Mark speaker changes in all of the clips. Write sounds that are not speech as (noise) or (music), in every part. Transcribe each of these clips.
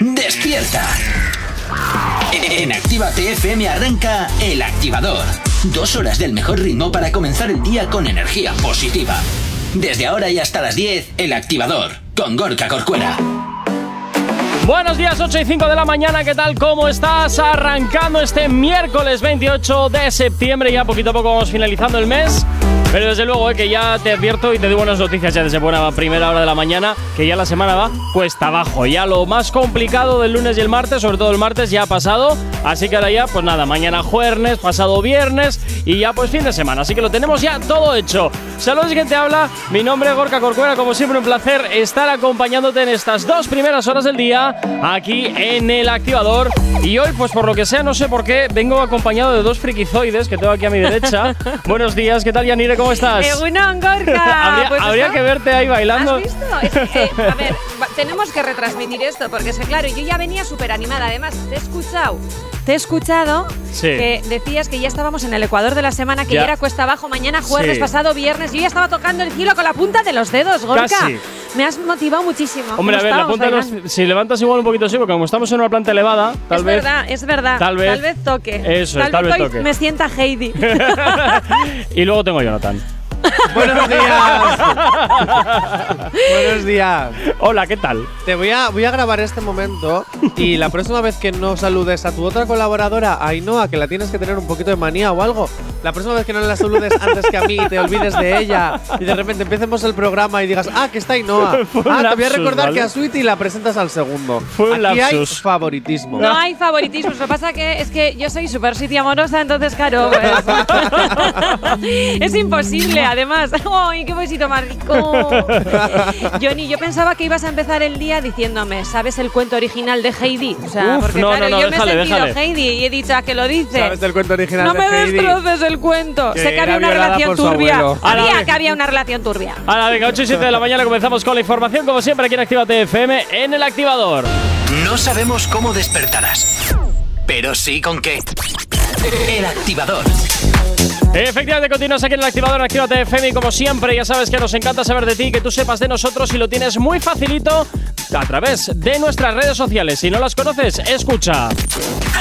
Speaker 1: despierta. En Activa TFM arranca El Activador. Dos horas del mejor ritmo para comenzar el día con energía positiva. Desde ahora y hasta las 10, El Activador, con Gorka Corcuera.
Speaker 2: Buenos días, 8 y 5 de la mañana, ¿qué tal? ¿Cómo estás? Arrancando este miércoles 28 de septiembre, ya poquito a poco vamos finalizando el mes. Pero desde luego eh, que ya te advierto y te doy buenas noticias ya desde buena primera hora de la mañana, que ya la semana va cuesta abajo. Ya lo más complicado del lunes y el martes, sobre todo el martes, ya ha pasado. Así que ahora ya, pues nada, mañana jueves, pasado viernes y ya pues fin de semana. Así que lo tenemos ya todo hecho. Saludos, quien te habla. Mi nombre es Gorka Corcuera. Como siempre, un placer estar acompañándote en estas dos primeras horas del día aquí en el activador. Y hoy, pues por lo que sea, no sé por qué, vengo acompañado de dos frikizoides que tengo aquí a mi derecha.
Speaker 3: (laughs)
Speaker 2: buenos días, ¿qué tal, Yanire? ¿cómo estás?
Speaker 3: Egunon, Eh,
Speaker 2: (laughs)
Speaker 3: Gorka.
Speaker 2: habría,
Speaker 3: Pues
Speaker 2: habría
Speaker 3: está-
Speaker 2: que verte ahí bailando. (laughs)
Speaker 3: ¿Has visto? Es que, eh, a ver, va- tenemos que retransmitir esto porque es que, claro, yo ya venía súper animada. Además, te he escuchado. Te he escuchado
Speaker 2: Sí.
Speaker 3: que decías que ya estábamos en el Ecuador de la semana, que
Speaker 2: Ya.
Speaker 3: ya, era cuesta abajo, mañana jueves,
Speaker 2: Sí.
Speaker 3: pasado viernes. Yo ya estaba tocando el cielo con la punta de los dedos, Gorka.
Speaker 2: Casi.
Speaker 3: Me has motivado muchísimo.
Speaker 2: Hombre, a ver,
Speaker 3: ¿Cómo
Speaker 2: la
Speaker 3: estamos,
Speaker 2: punta de los-
Speaker 3: Bailán?
Speaker 2: si levantas igual un poquito así, porque como estamos en una planta elevada, tal
Speaker 3: es
Speaker 2: vez.
Speaker 3: verdad, es verdad.
Speaker 2: tal vez-
Speaker 3: toque.
Speaker 2: Eso es, tal vez
Speaker 3: hoy
Speaker 2: toque.
Speaker 3: me sienta
Speaker 2: (laughs)
Speaker 3: Heidi.
Speaker 2: (laughs)
Speaker 3: (laughs)
Speaker 2: y luego tengo a Jonathan. (laughs)
Speaker 4: Buenos días. Buenos días.
Speaker 2: Hola, ¿qué tal?
Speaker 4: Te voy a, voy a grabar este momento y la próxima vez que no saludes a tu otra colaboradora, Ainhoa, que la tienes que tener un poquito de manía o algo, la próxima vez que no la saludes antes que a mí y te olvides de ella y de repente empecemos el programa y digas, ah, que está Ainhoa.
Speaker 2: (laughs) Fue un
Speaker 4: Ah, te voy a
Speaker 2: lapsus,
Speaker 4: recordar
Speaker 2: ¿vale?
Speaker 4: que a Sweetie la presentas al segundo.
Speaker 2: Fue un
Speaker 4: Aquí hay
Speaker 2: lapsus.
Speaker 4: favoritismo.
Speaker 3: No hay favoritismos. Lo que pasa que es que yo soy súper sitio amorosa, entonces, claro, pues, (laughs) es imposible, además. ¡Ay, qué besito más
Speaker 4: (laughs)
Speaker 3: rico! Johnny, yo pensaba que ibas a empezar el día diciéndome, ¿sabes el cuento original de Heidi? O sea,
Speaker 2: Uf,
Speaker 3: porque
Speaker 2: no,
Speaker 3: claro,
Speaker 2: no, no,
Speaker 3: yo me
Speaker 2: déjale,
Speaker 3: he sentido
Speaker 2: déjale.
Speaker 3: Heidi y he dicho a que lo dice.
Speaker 4: ¿Sabes el cuento original
Speaker 3: no
Speaker 4: de
Speaker 3: me
Speaker 4: Heidi?
Speaker 3: destroces el cuento.
Speaker 4: Que
Speaker 3: sé que
Speaker 4: era
Speaker 3: había una
Speaker 4: violada por
Speaker 3: relación
Speaker 4: su
Speaker 3: turbia.
Speaker 4: abuelo.
Speaker 2: Ahora-
Speaker 3: Había que había una relación turbia.
Speaker 2: Ahora, venga, 8 y 7 de la mañana comenzamos con la información, como siempre, aquí en Actívate FM en el activador.
Speaker 1: No sabemos cómo despertarás, pero sí con qué. El Activador.
Speaker 2: Efectivamente, continuas aquí en el activador, en Actívate FM y como siempre, ya sabes que nos encanta saber de ti, que tú sepas de nosotros y lo tienes muy facilito a través de nuestras redes sociales. Si no las conoces, escucha.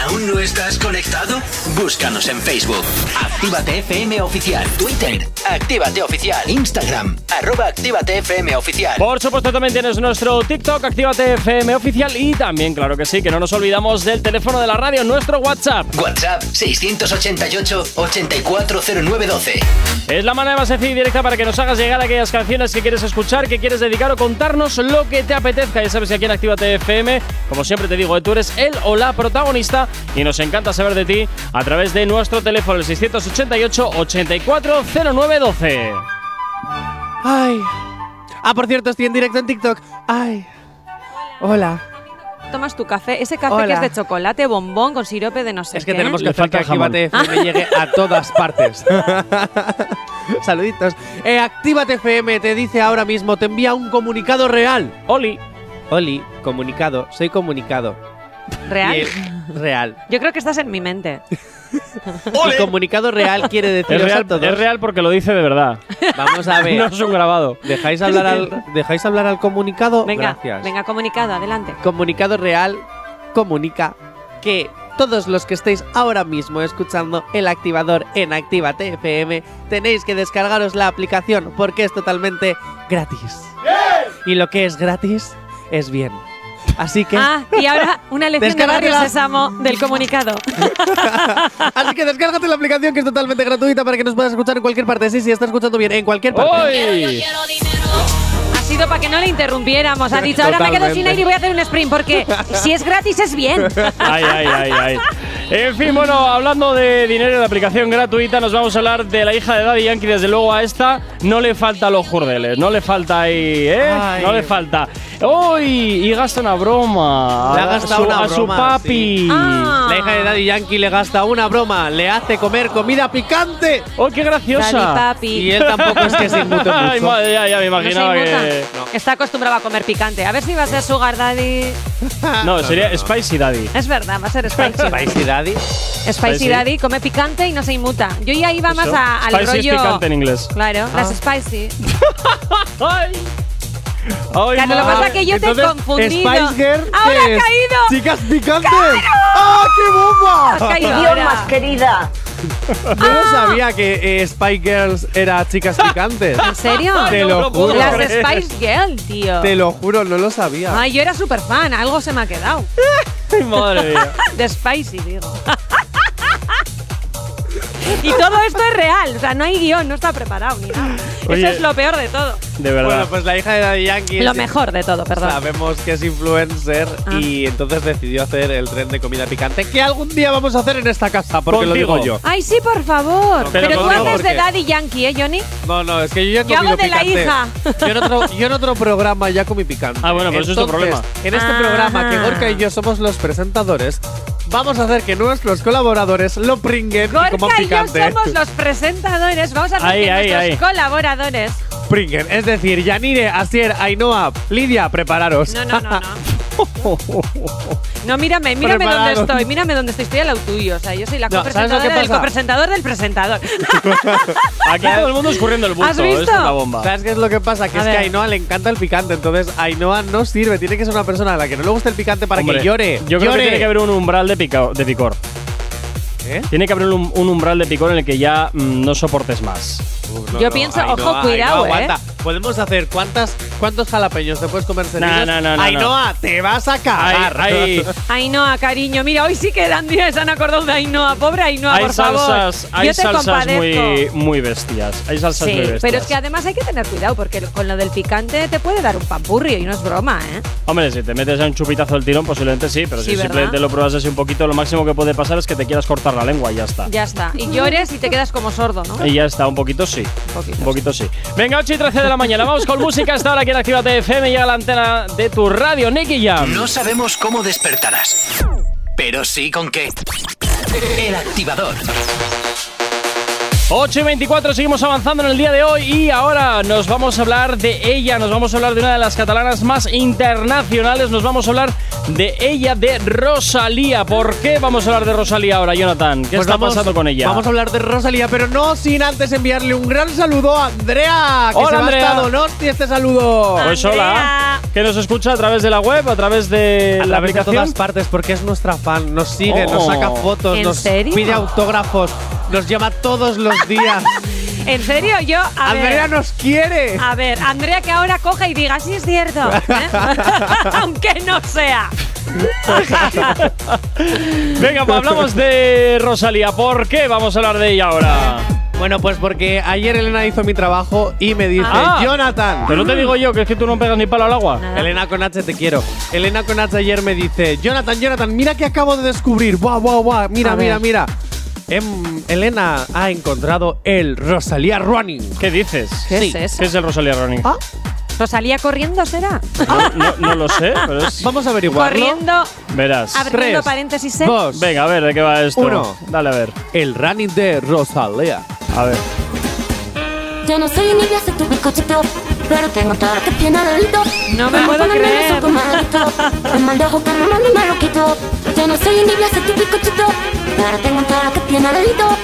Speaker 1: ¿Aún no estás conectado? Búscanos en Facebook. Actívate FM Oficial. Twitter. Actívate Oficial. Instagram. Arroba Actívate FM Oficial.
Speaker 2: Por supuesto, también tienes nuestro TikTok, Actívate FM Oficial y también, claro que sí, que no nos olvidamos del teléfono de la radio, nuestro WhatsApp.
Speaker 1: WhatsApp 688 840912.
Speaker 2: Es la manera más sencilla y directa para que nos hagas llegar aquellas canciones que quieres escuchar, que quieres dedicar o contarnos lo que te apetezca. Ya sabes que aquí en Actívate FM, como siempre te digo, eh, tú eres el o la protagonista y nos encanta saber de ti a través de nuestro teléfono, el 688 840912.
Speaker 4: Ay. Ah, por cierto, estoy en directo en TikTok. Ay. Hola.
Speaker 3: Tomas tu café, ese café que
Speaker 4: Hola.
Speaker 3: es de chocolate, bombón, con sirope de no sé
Speaker 4: Es que
Speaker 3: qué.
Speaker 4: tenemos que
Speaker 2: Le
Speaker 4: hacer que
Speaker 2: falta jamón.
Speaker 4: Actívate FM llegue a todas partes. (laughs) Saluditos. Eh, Actívate FM te dice ahora mismo, te envía un comunicado real.
Speaker 2: Oli.
Speaker 4: Oli, comunicado, soy comunicado.
Speaker 3: ¿Real?
Speaker 4: Y el- real.
Speaker 3: Yo creo que estás en mi mente.
Speaker 4: Y comunicado real quiere decir
Speaker 2: Es real,
Speaker 4: a todos.
Speaker 2: es real porque lo dice de verdad.
Speaker 4: Vamos (laughs)
Speaker 2: (laughs)
Speaker 4: a
Speaker 2: No
Speaker 4: ver.
Speaker 2: es un grabado.
Speaker 4: ¿Dejáis (laughs) hablar al, ¿Dejáis hablar al comunicado?
Speaker 3: Venga,
Speaker 4: Gracias.
Speaker 3: venga, comunicado, adelante.
Speaker 4: Comunicado Real comunica que todos los que estéis ahora mismo escuchando el activador en Actívate FM tenéis que descargaros la aplicación porque es totalmente gratis. Y lo que es gratis es bien. Así que,
Speaker 3: Ah, y ahora una lección de barrio
Speaker 4: Descárgatela.
Speaker 3: sésamo del comunicado.
Speaker 4: (laughs) así que descárgate la aplicación que es totalmente gratuita para que nos puedas escuchar en cualquier parte. Sí, sí, está escuchando bien, en cualquier parte.
Speaker 2: ¡Uy!
Speaker 3: Ha sido para que no le interrumpiéramos. Ha dicho, ahora me quedo sin
Speaker 4: Totalmente.
Speaker 3: aire y voy a hacer un sprint porque si es gratis es
Speaker 4: (laughs)
Speaker 3: bien.
Speaker 2: Ay, ay, ay, ay. En fin, bueno, hablando de dinero y de aplicación gratuita, nos vamos a hablar de la hija de Daddy Yankee. Desde luego a esta no le falta los jurdeles, no le falta ahí, ¿eh?
Speaker 4: Ay.
Speaker 2: No le falta. ¡Uy! Y gasta una broma.
Speaker 4: Le ha
Speaker 2: A
Speaker 4: gastado
Speaker 2: su-
Speaker 4: una
Speaker 2: A su
Speaker 4: broma,
Speaker 2: papi.
Speaker 4: sí.
Speaker 3: Ah.
Speaker 4: La hija de Daddy Yankee le gasta una broma, le hace comer comida picante.
Speaker 2: ¡Oh, qué graciosa!
Speaker 3: Dani, papi.
Speaker 4: Y él tampoco es que se inmute
Speaker 2: Ay,
Speaker 4: mucho.
Speaker 2: madre, ya, ya me
Speaker 3: (laughs) No se
Speaker 2: imaginaba
Speaker 3: inmuta.
Speaker 2: que.
Speaker 3: Está acostumbrado a comer picante. A ver si va a ser Sugar Daddy.
Speaker 2: No, sería Spicy Daddy.
Speaker 3: Es verdad, va a ser Spicy.
Speaker 4: (laughs) Spicy Daddy.
Speaker 3: Spicy Daddy come picante y no se inmuta. Yo ya iba más
Speaker 2: Eso.
Speaker 3: a- al
Speaker 2: Spicy es
Speaker 3: rollo.
Speaker 4: Ah.
Speaker 2: picante en inglés.
Speaker 3: Claro, las Spicy.
Speaker 2: ¡Ay! Ay,
Speaker 3: Ya, te lo
Speaker 2: madre.
Speaker 3: pasa que yo te he
Speaker 2: Entonces,
Speaker 3: confundido.
Speaker 4: Spice Girl,
Speaker 3: Ahora
Speaker 4: ¿qué
Speaker 3: ha
Speaker 4: es?
Speaker 3: caído.
Speaker 4: ¡Chicas picantes! ¡Ah,
Speaker 3: (laughs)
Speaker 4: qué
Speaker 3: Has
Speaker 4: bomba!
Speaker 3: caído
Speaker 5: Dios
Speaker 3: ahora.
Speaker 5: más querida.
Speaker 3: Ah.
Speaker 4: Yo no sabía que eh, Spice Girls era chicas
Speaker 3: (laughs)
Speaker 4: picantes.
Speaker 3: ¿En serio?
Speaker 4: Te
Speaker 2: No
Speaker 4: lo
Speaker 2: lo puedo
Speaker 4: juro.
Speaker 3: Las de
Speaker 2: creer.
Speaker 3: Spice Girl, tío.
Speaker 4: Te lo juro, no lo sabía.
Speaker 3: Ay, yo era súper fan, algo se me ha quedado.
Speaker 2: Ay, madre mía.
Speaker 3: De Spicy, digo. y todo esto es real, o sea, no hay guión, no está preparado ni nada.
Speaker 2: Oye.
Speaker 3: Eso es lo peor de todo.
Speaker 2: De
Speaker 4: Bueno,
Speaker 2: verdad.
Speaker 4: pues la hija de Daddy Yankee.
Speaker 3: Lo
Speaker 4: sí,
Speaker 3: mejor de todo, perdón.
Speaker 4: Sabemos que es influencer
Speaker 3: Ah.
Speaker 4: y entonces decidió hacer el tren de comida picante que algún día vamos a hacer en esta casa, porque
Speaker 2: Contigo.
Speaker 4: lo digo yo.
Speaker 3: Ay, sí, por favor.
Speaker 2: Pero
Speaker 3: Pero, tú
Speaker 2: conmigo,
Speaker 3: haces
Speaker 4: ¿por
Speaker 3: de
Speaker 4: qué?
Speaker 3: Daddy Yankee, ¿eh, Johnny?
Speaker 4: No, no, es que yo ya he
Speaker 3: Yo hago
Speaker 4: comido
Speaker 3: de la
Speaker 4: picante.
Speaker 3: hija.
Speaker 4: Yo en, otro, yo en otro programa ya comí picante.
Speaker 2: Ah, bueno, pero eso es tu
Speaker 4: Entonces,
Speaker 2: problema.
Speaker 4: En este
Speaker 3: Ah.
Speaker 4: programa que Gorka y yo somos los presentadores, vamos a hacer que nuestros colaboradores lo pringuen y coman
Speaker 3: Gorka y yo
Speaker 4: picante.
Speaker 3: somos los presentadores. Vamos a hacer
Speaker 2: Ahí,
Speaker 3: que
Speaker 2: ahí, ahí.
Speaker 3: nuestros colaboradores.
Speaker 4: Pringen, es decir, Yanire, Asier, Ainhoa, Lidia, prepararos.
Speaker 3: No, no, no, no. No, mírame, mírame
Speaker 4: Preparado.
Speaker 3: dónde estoy, mírame dónde estoy, estoy al lado tuyo. O sea, yo soy la
Speaker 4: No, ¿sabes lo que
Speaker 3: copresentadora del
Speaker 4: pasa?
Speaker 3: copresentador del presentador.
Speaker 4: pues,
Speaker 2: Aquí todo el mundo escurriendo el bulto.
Speaker 3: ¿Has visto?
Speaker 2: Esto es una bomba.
Speaker 4: (laughs) ¿Sabes qué es lo que pasa? Que
Speaker 3: A
Speaker 4: es que
Speaker 3: ver.
Speaker 4: a Ainhoa le encanta el picante, entonces Ainhoa no sirve. Tiene que ser una persona a la que no le guste el picante para
Speaker 2: Hombre,
Speaker 4: que llore.
Speaker 2: Yo creo
Speaker 4: llore.
Speaker 2: que tiene que haber un umbral de, picao- de picor.
Speaker 4: ¿Eh?
Speaker 2: Tiene que haber un, un umbral de picor en el que ya mm, no soportes más.
Speaker 4: Uh, no,
Speaker 3: Yo
Speaker 4: no,
Speaker 3: pienso-
Speaker 4: Ainhoa,
Speaker 3: ojo, cuidado,
Speaker 4: Ainhoa,
Speaker 3: eh.
Speaker 4: aguanta. Podemos hacer cuántas, cuántos jalapeños te puedes comer
Speaker 2: No,
Speaker 4: seguidos.
Speaker 2: no, no, no,
Speaker 4: Ainhoa, te vas a cagar. Pues
Speaker 2: Hay, hay-
Speaker 3: Ainhoa, cariño, mira, hoy sí que dan 10, se han acordado de Ainhoa, pobre Ainhoa,
Speaker 2: hay
Speaker 3: por
Speaker 2: salsas,
Speaker 3: favor.
Speaker 2: hay
Speaker 3: Yo te
Speaker 2: salsas
Speaker 3: compadezco.
Speaker 2: muy, muy bestias. Hay salsas muy
Speaker 3: Sí,
Speaker 2: bestias.
Speaker 3: pero es que además hay que tener cuidado porque lo- con lo del picante te puede dar un pampurrio y no es broma, ¿eh?
Speaker 2: Hombre, si te metes a un chupitazo del tirón, posiblemente sí, pero si
Speaker 3: Sí, ¿verdad?
Speaker 2: simplemente lo pruebas así un poquito, lo máximo que puede pasar es que te quieras cortar la lengua y ya está.
Speaker 3: Ya está. Y llores y te quedas como sordo, ¿no?
Speaker 2: Y ya está, un poquito sí.
Speaker 3: poquito
Speaker 2: Un poquito sí. Venga, 8 y 13 de la mañana. Vamos con música hasta ahora aquí en Actívate FM y a la antena de tu radio, Nicky Jam.
Speaker 1: No sabemos cómo despertarás, pero sí con qué. El activador.
Speaker 2: 8 y 24, seguimos avanzando en el día de hoy y ahora nos vamos a hablar de ella, nos vamos a hablar de una de las catalanas más internacionales, nos vamos a hablar de ella, de Rosalía. ¿Por qué vamos a hablar de Rosalía ahora, Jonathan? ¿Qué
Speaker 4: Pues
Speaker 2: está
Speaker 4: vamos-
Speaker 2: pasando con ella?
Speaker 4: Vamos a hablar de Rosalía, pero no sin antes enviarle un gran saludo a Andrea, que
Speaker 2: Hola,
Speaker 4: se va
Speaker 2: Andrea.
Speaker 4: hasta Donosti este saludo.
Speaker 3: Ah.
Speaker 2: Pues hola,
Speaker 3: Andrea.
Speaker 2: que nos escucha a través de la web, a través de
Speaker 4: A
Speaker 2: la
Speaker 4: través de
Speaker 2: aplicación.
Speaker 4: todas partes porque es nuestra fan, nos sigue, nos
Speaker 2: Oh.
Speaker 4: saca fotos,
Speaker 3: ¿En
Speaker 4: nos
Speaker 3: serio?
Speaker 4: pide autógrafos, nos llama
Speaker 3: (laughs)
Speaker 4: todos los días.
Speaker 3: En serio, yo, a
Speaker 4: Andrea
Speaker 3: ver.
Speaker 4: nos quiere.
Speaker 3: A ver, Andrea, que ahora coja y diga, sí es cierto. ¿eh? (laughs) Aunque no sea.
Speaker 2: Venga, pues hablamos de Rosalía. ¿Por qué vamos a hablar de ella ahora?
Speaker 4: Bueno, pues porque ayer Elena hizo mi trabajo y me dice,
Speaker 2: Ah.
Speaker 4: Jonathan.
Speaker 2: Pero no te digo yo, que es que tú no pegas ni palo al agua.
Speaker 3: Nada.
Speaker 4: Elena con H, te quiero. Elena con H ayer me dice, Jonathan, Jonathan, mira que acabo de descubrir. Buah, buah, buah. Mira,
Speaker 3: A
Speaker 4: mira,
Speaker 3: ver.
Speaker 4: mira. Em, Elena ha encontrado el Rosalía Running.
Speaker 2: ¿Qué dices?
Speaker 3: ¿Qué es eso?
Speaker 2: ¿Qué es el Rosalía Running?
Speaker 4: Ah,
Speaker 3: ¿Rosalía corriendo será?
Speaker 2: No, no- no lo sé, pero es.
Speaker 4: Vamos a averiguarlo.
Speaker 3: Corriendo,
Speaker 2: Verás.
Speaker 3: abriendo
Speaker 4: Tres,
Speaker 3: paréntesis. ¿eh?
Speaker 4: Dos.
Speaker 2: Venga, a ver, ¿de qué va esto?
Speaker 4: Uno.
Speaker 2: Dale, a ver.
Speaker 4: El running de Rosalía.
Speaker 2: A ver.
Speaker 6: Yo no soy ni hace tu bizcochito, pero tengo todo lo que tiene delito.
Speaker 3: No me puedo creer.
Speaker 6: Me mando a jugar, no no, no me lo quito. Yo no soy ni hace tu bizcochito, pero tengo todo lo que tiene delito.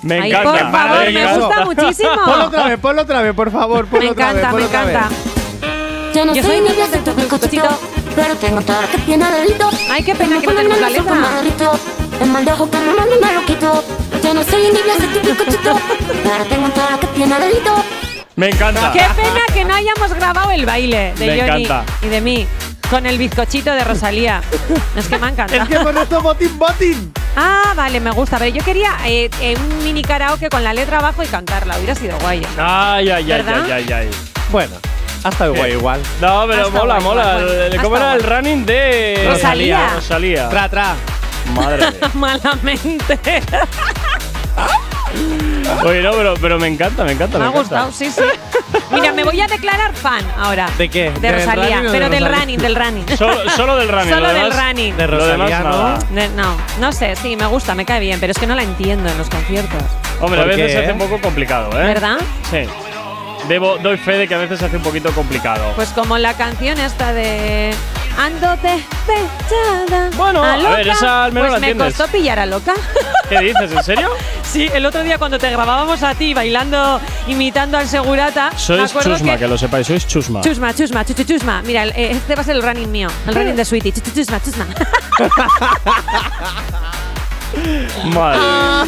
Speaker 2: Me
Speaker 3: Ay,
Speaker 2: encanta.
Speaker 3: por favor, me
Speaker 2: encanta.
Speaker 3: gusta
Speaker 4: Ponlo
Speaker 3: muchísimo.
Speaker 4: otra vez, ponlo otra vez, por favor. Ponlo
Speaker 3: Me
Speaker 4: otra vez,
Speaker 3: encanta, me
Speaker 4: ponlo otra
Speaker 3: encanta.
Speaker 4: vez.
Speaker 6: Yo no
Speaker 3: Yo
Speaker 6: soy
Speaker 3: soy
Speaker 6: ni hace tu bizcochito, pero tengo todo lo que tiene delito.
Speaker 3: Ay, qué pena que no
Speaker 6: Me mando
Speaker 3: tenemos la
Speaker 6: a jugar,
Speaker 3: letra.
Speaker 6: Me mando a jugar, no no, no me lo quito. Yo no soy ni hace tu bizcochito, pero tengo todo lo que tiene delito.
Speaker 2: Me encanta.
Speaker 3: Qué pena que no hayamos grabado el baile de
Speaker 2: Me
Speaker 3: Johnny
Speaker 2: encanta.
Speaker 3: y de mí con el bizcochito de Rosalía. Es que me encanta.
Speaker 4: Es que con esto botín, botín.
Speaker 3: Ah, vale, me gusta. Pero yo quería eh, eh, un mini karaoke con la letra abajo y cantarla. Hubiera sido guay. (laughs)
Speaker 2: Ay, ay, ay,
Speaker 3: ¿Verdad?
Speaker 2: ay, ay, ay.
Speaker 4: Bueno, hasta igual,
Speaker 2: Eh.
Speaker 4: igual.
Speaker 2: No, pero
Speaker 3: Hasta
Speaker 2: mola,
Speaker 3: guay,
Speaker 2: mola.
Speaker 3: guay, guay.
Speaker 2: El- ¿Cómo era
Speaker 3: Hasta
Speaker 2: el running de
Speaker 3: Rosalía.
Speaker 2: Rosalía.
Speaker 4: Tra, (coughs) tra.
Speaker 2: Madre mía.
Speaker 3: Malamente.
Speaker 4: (laughs)
Speaker 2: Oye, no, pero, pero me encanta, me encanta.
Speaker 3: me ha
Speaker 2: encanta.
Speaker 3: gustado, sí, sí. Mira, me voy a declarar fan ahora.
Speaker 4: ¿De qué?
Speaker 3: De
Speaker 4: ¿Del
Speaker 3: Rosalía.
Speaker 4: running o de
Speaker 3: Pero del
Speaker 4: Rosalía?
Speaker 3: running, del running.
Speaker 2: Solo, solo del running.
Speaker 3: Solo
Speaker 2: lo
Speaker 3: del
Speaker 2: demás-
Speaker 3: running.
Speaker 4: De
Speaker 2: lo demás
Speaker 4: Rosalía, ¿no?
Speaker 2: nada.
Speaker 3: De- no, no sé, sí, me gusta, me cae bien, pero es que no la entiendo en los conciertos.
Speaker 2: Hombre, a
Speaker 4: ¿Por
Speaker 2: veces
Speaker 4: qué?
Speaker 2: se hace un poco complicado, ¿eh?
Speaker 3: ¿Verdad?
Speaker 2: Sí. Debo, doy fe de que a veces se hace un poquito complicado.
Speaker 3: Pues como la canción esta de. Ah, Ando despechada.
Speaker 2: Bueno,
Speaker 3: ¿A
Speaker 2: a
Speaker 3: loca?
Speaker 2: ver, esa al menos
Speaker 3: pues
Speaker 2: la
Speaker 3: me
Speaker 2: entiendes.
Speaker 3: costó pillar a loca. (laughs)
Speaker 2: ¿Qué dices? ¿En serio?
Speaker 3: Sí, el otro día cuando te grabábamos a ti bailando, imitando al segurata, me
Speaker 2: Sois
Speaker 3: acuerdo
Speaker 2: chusma, que...
Speaker 3: que
Speaker 2: lo sepáis, sois chusma.
Speaker 3: Chusma, chusma, chuchu, chusma. Mira, el- eh, este va a ser el running mío, el running de Sweetie. Chuchu, chusma, chusma. (laughs)
Speaker 2: Madre
Speaker 3: (laughs)
Speaker 2: mía.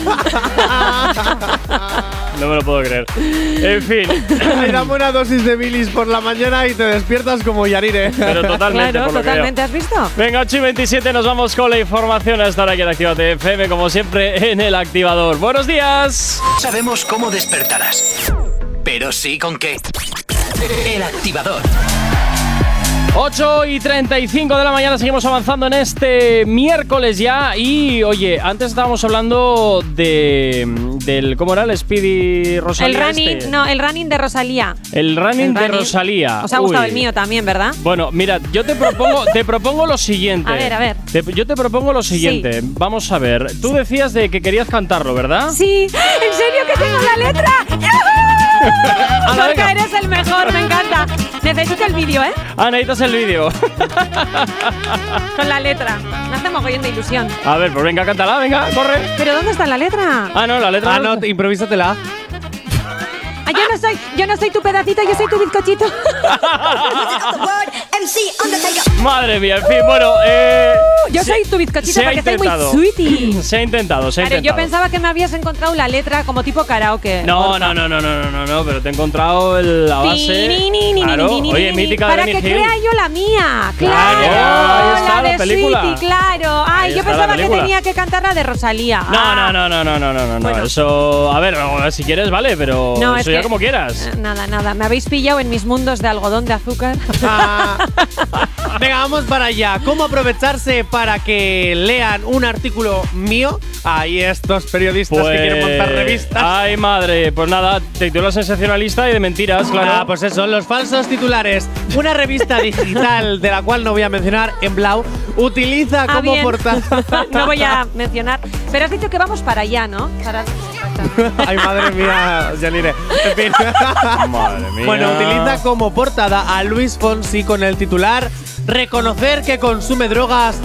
Speaker 2: No me lo puedo creer. En fin,
Speaker 4: Te damos una dosis de bilis por la mañana y te despiertas como Yarire.
Speaker 2: pero
Speaker 4: (laughs)
Speaker 2: totalmente.
Speaker 3: claro,
Speaker 2: por lo que veo.
Speaker 3: totalmente. ¿Has visto?
Speaker 2: Venga, 8 y 27, nos vamos con la información hasta ahora aquí en Actívate FM, como siempre, en el activador. ¡Buenos días!
Speaker 1: Sabemos cómo despertarás. Pero sí con qué. El activador.
Speaker 2: 8 y 35 de la mañana, seguimos avanzando en este miércoles ya. Y, oye, antes estábamos hablando de. del ¿Cómo era? El Speedy
Speaker 3: El
Speaker 2: Rosalía.
Speaker 3: running,
Speaker 2: este.
Speaker 3: no, el running de Rosalía.
Speaker 2: El running
Speaker 3: El
Speaker 2: de
Speaker 3: running.
Speaker 2: Rosalía.
Speaker 3: Os ha gustado
Speaker 2: Uy.
Speaker 3: el mío también, ¿verdad?
Speaker 2: Bueno, mira, yo te propongo, te propongo lo siguiente.
Speaker 3: A ver, a ver.
Speaker 2: Te- yo te propongo lo siguiente. Vamos a ver. Tú decías de que querías cantarlo, ¿verdad?
Speaker 3: Sí, en serio que tengo la letra.
Speaker 2: Ala,
Speaker 3: ¡Yahoo!
Speaker 2: venga.
Speaker 3: Porque eres el mejor, me encanta. Necesito el vídeo, ¿eh?
Speaker 2: Ah, necesitas el vídeo. (laughs)
Speaker 3: Con la letra. Me hace mogollón de ilusión.
Speaker 2: a ver, pues venga, cántala, venga, corre.
Speaker 3: ¿Pero dónde está la letra?
Speaker 2: Ah, no, la letra.
Speaker 4: Ah, no, te- improvísatela.
Speaker 3: Ah, yo no soy, yo no soy tu pedacito, yo soy tu bizcochito.
Speaker 2: Madre mía, en fin, bueno. Eh,
Speaker 3: Yo
Speaker 2: se-
Speaker 3: soy tu bizcochito
Speaker 2: se ha
Speaker 3: porque estoy muy
Speaker 2: intentado.
Speaker 3: sweetie.
Speaker 2: Se ha intentado, se ha
Speaker 3: Claro, yo
Speaker 2: intentado.
Speaker 3: pensaba que me habías encontrado la letra como tipo karaoke.
Speaker 2: No, no, no, no, no, no, no, no, pero te he encontrado el- la base.
Speaker 3: Ni, ni, ni, ni,
Speaker 2: Claro,
Speaker 3: ni, ni, ni,
Speaker 2: oye,
Speaker 3: ni, ni.
Speaker 2: mítica de
Speaker 3: Para
Speaker 2: Benny
Speaker 3: que
Speaker 2: Hill.
Speaker 3: crea yo la mía.
Speaker 2: Claro,
Speaker 3: Claro,
Speaker 2: ahí está
Speaker 3: la
Speaker 2: la
Speaker 3: de
Speaker 2: película.
Speaker 3: Sweetie, claro.
Speaker 2: Ahí
Speaker 3: Ay, yo
Speaker 2: está la
Speaker 3: pensaba que
Speaker 2: película.
Speaker 3: tenía que cantar la de Rosalía.
Speaker 2: No,
Speaker 3: Ah.
Speaker 2: no, no, no, no, no, no, no,
Speaker 3: Bueno.
Speaker 2: Eso, a ver, o- si quieres, vale, pero
Speaker 3: No, es
Speaker 2: eso ya
Speaker 3: que-
Speaker 2: como quieras.
Speaker 3: Eh, Nada, nada. Me habéis pillado en mis mundos de algodón de
Speaker 2: (laughs)
Speaker 3: azúcar.
Speaker 4: Ah. Venga, vamos para allá. ¿Cómo aprovecharse para que lean un artículo mío? Pues, ah, Ahí estos periodistas que quieren montar revistas.
Speaker 2: Pues, Ay, madre, pues nada, te titulas sensacionalista y de mentiras, claro.
Speaker 4: Ah, pues eso, los falsos titulares. Una revista digital, de la cual no voy a mencionar, en Blau, utiliza
Speaker 3: Ah,
Speaker 4: como
Speaker 3: bien.
Speaker 4: portada.
Speaker 3: (laughs) no voy a mencionar. Pero has dicho que vamos para allá, ¿no? Para-
Speaker 4: (laughs) Ay, madre mía, Yanire. En (laughs) fin.
Speaker 2: Madre mía.
Speaker 4: Bueno, utiliza como portada a Luis Fonsi con el titular Reconocer que consume drogas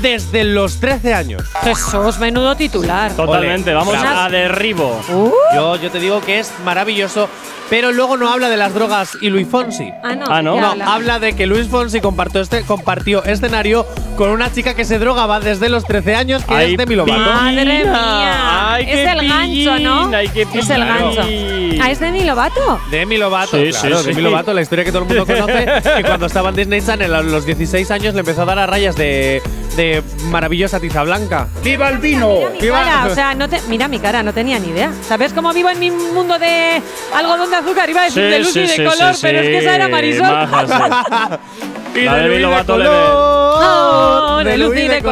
Speaker 4: desde los 13 años.
Speaker 3: Jesús, menudo titular.
Speaker 2: Totalmente,
Speaker 4: Ole,
Speaker 2: vamos
Speaker 4: bravo.
Speaker 2: a derribo.
Speaker 3: Uh.
Speaker 4: Yo, yo te digo que es maravilloso, pero luego no habla de las drogas y Luis Fonsi.
Speaker 3: Ah, no.
Speaker 2: Ah, no.
Speaker 3: ¿de qué
Speaker 2: No,
Speaker 3: habla?
Speaker 4: Habla de que Luis Fonsi compartió, este, compartió escenario con una chica que se drogaba desde los 13 años, que
Speaker 2: Ay,
Speaker 4: es Demi Lovato.
Speaker 2: pi-
Speaker 3: Madre mía.
Speaker 2: Ay, qué
Speaker 3: es el gancho,
Speaker 2: pillín,
Speaker 3: ¿no?
Speaker 2: ay, qué
Speaker 3: es el gancho.
Speaker 2: pillín.
Speaker 3: Ah, es de mi Lovato.
Speaker 4: Demi Lovato,
Speaker 2: Sí,
Speaker 4: claro,
Speaker 2: sí, sí.
Speaker 4: Demi Lovato, la historia que todo el mundo conoce, que cuando estaba en Disney Channel a los 16 años le empezó a dar a rayas de, de maravillosa tiza blanca. ¡Viva el vino!
Speaker 3: Mira mi cara, o sea, no te, mira mi cara, no tenía ni idea. ¿Sabes cómo vivo en mi mundo de algodón de azúcar? Iba a decir de luz y de color, pero es que esa era Marisol.
Speaker 2: maja, sí.
Speaker 3: (laughs)
Speaker 4: Y
Speaker 2: La
Speaker 4: de
Speaker 2: de
Speaker 4: Luis
Speaker 2: Demi
Speaker 4: de
Speaker 2: Lovato le
Speaker 4: color,
Speaker 3: ve.
Speaker 4: de Luis de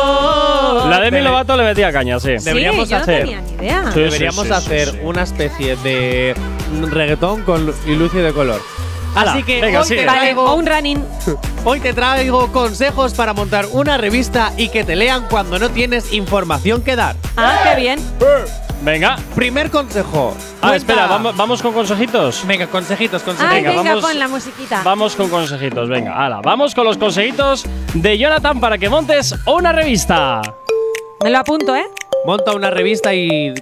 Speaker 4: color.
Speaker 2: La de mi Lovato le metía caña, sí.
Speaker 3: Sí,
Speaker 4: Deberíamos
Speaker 3: yo
Speaker 4: hacer-
Speaker 3: no tenía ni idea.
Speaker 2: Sí.
Speaker 4: Deberíamos
Speaker 2: sí, sí,
Speaker 4: hacer
Speaker 2: sí.
Speaker 4: una especie de reggaetón con y Lucio de color.
Speaker 2: Hala,
Speaker 4: Así que
Speaker 2: venga,
Speaker 4: hoy, te
Speaker 2: sigue.
Speaker 3: Vale,
Speaker 4: traigo,
Speaker 3: o un running.
Speaker 4: hoy te traigo consejos para montar una revista y que te lean cuando no tienes información que dar.
Speaker 3: Ah, qué bien.
Speaker 4: Pues
Speaker 2: Venga.
Speaker 4: Primer consejo.
Speaker 2: Ah,
Speaker 4: cuenta-
Speaker 2: espera, vamos, vamos con consejitos.
Speaker 4: Venga, consejitos, consejitos.
Speaker 3: Ay,
Speaker 2: venga,
Speaker 3: venga,
Speaker 2: vamos-
Speaker 3: pon la musiquita.
Speaker 2: Vamos con consejitos, venga, hala, vamos con los consejitos de Jonathan para que montes una revista.
Speaker 3: Me lo apunto, ¿eh?
Speaker 4: Monta una revista y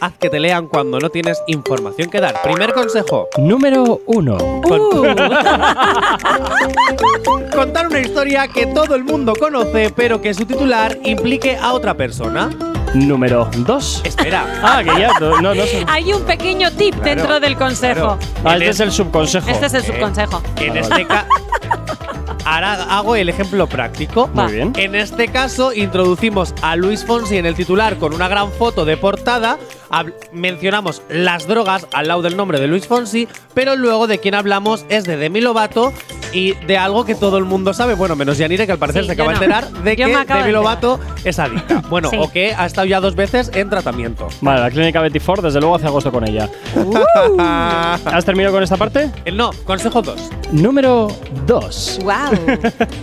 Speaker 4: haz que te lean cuando no tienes información que dar. Primer consejo.
Speaker 2: Número uno.
Speaker 4: (laughs)
Speaker 3: Uh.
Speaker 4: Contar una historia que todo el mundo conoce, pero que su titular implique a otra persona.
Speaker 2: Número dos. (laughs)
Speaker 4: Espera.
Speaker 2: Ah, que ya, no, no, no sé.
Speaker 3: Hay un pequeño tip dentro del consejo.
Speaker 2: Ah, este es el subconsejo.
Speaker 3: Este es el subconsejo.
Speaker 4: En
Speaker 2: Ah, Vale,
Speaker 4: este caso. Ahora hago el ejemplo práctico.
Speaker 2: Muy bien.
Speaker 4: En este caso, introducimos a Luis Fonsi en el titular con una gran foto de portada. Hab- mencionamos las drogas al lado del nombre de Luis Fonsi, pero luego de quien hablamos es de Demi Lovato y de algo que todo el mundo sabe, bueno, menos Yanire, que al parecer
Speaker 3: Sí,
Speaker 4: se
Speaker 3: yo
Speaker 4: acaba de
Speaker 3: no.
Speaker 4: enterar,
Speaker 3: (laughs)
Speaker 4: de
Speaker 3: Yo
Speaker 4: que
Speaker 3: me acabo de
Speaker 4: Demi Lovato
Speaker 3: (laughs)
Speaker 4: es adicta. Bueno,
Speaker 3: Sí.
Speaker 4: o que ha estado ya dos veces en tratamiento.
Speaker 2: Vale, la clínica Betty Ford, desde luego, hace agosto con ella.
Speaker 3: Uh.
Speaker 4: Ah.
Speaker 2: ¿Has terminado con esta parte?
Speaker 4: (laughs) Eh, No, consejo 2.
Speaker 2: Número 2.
Speaker 3: Wow.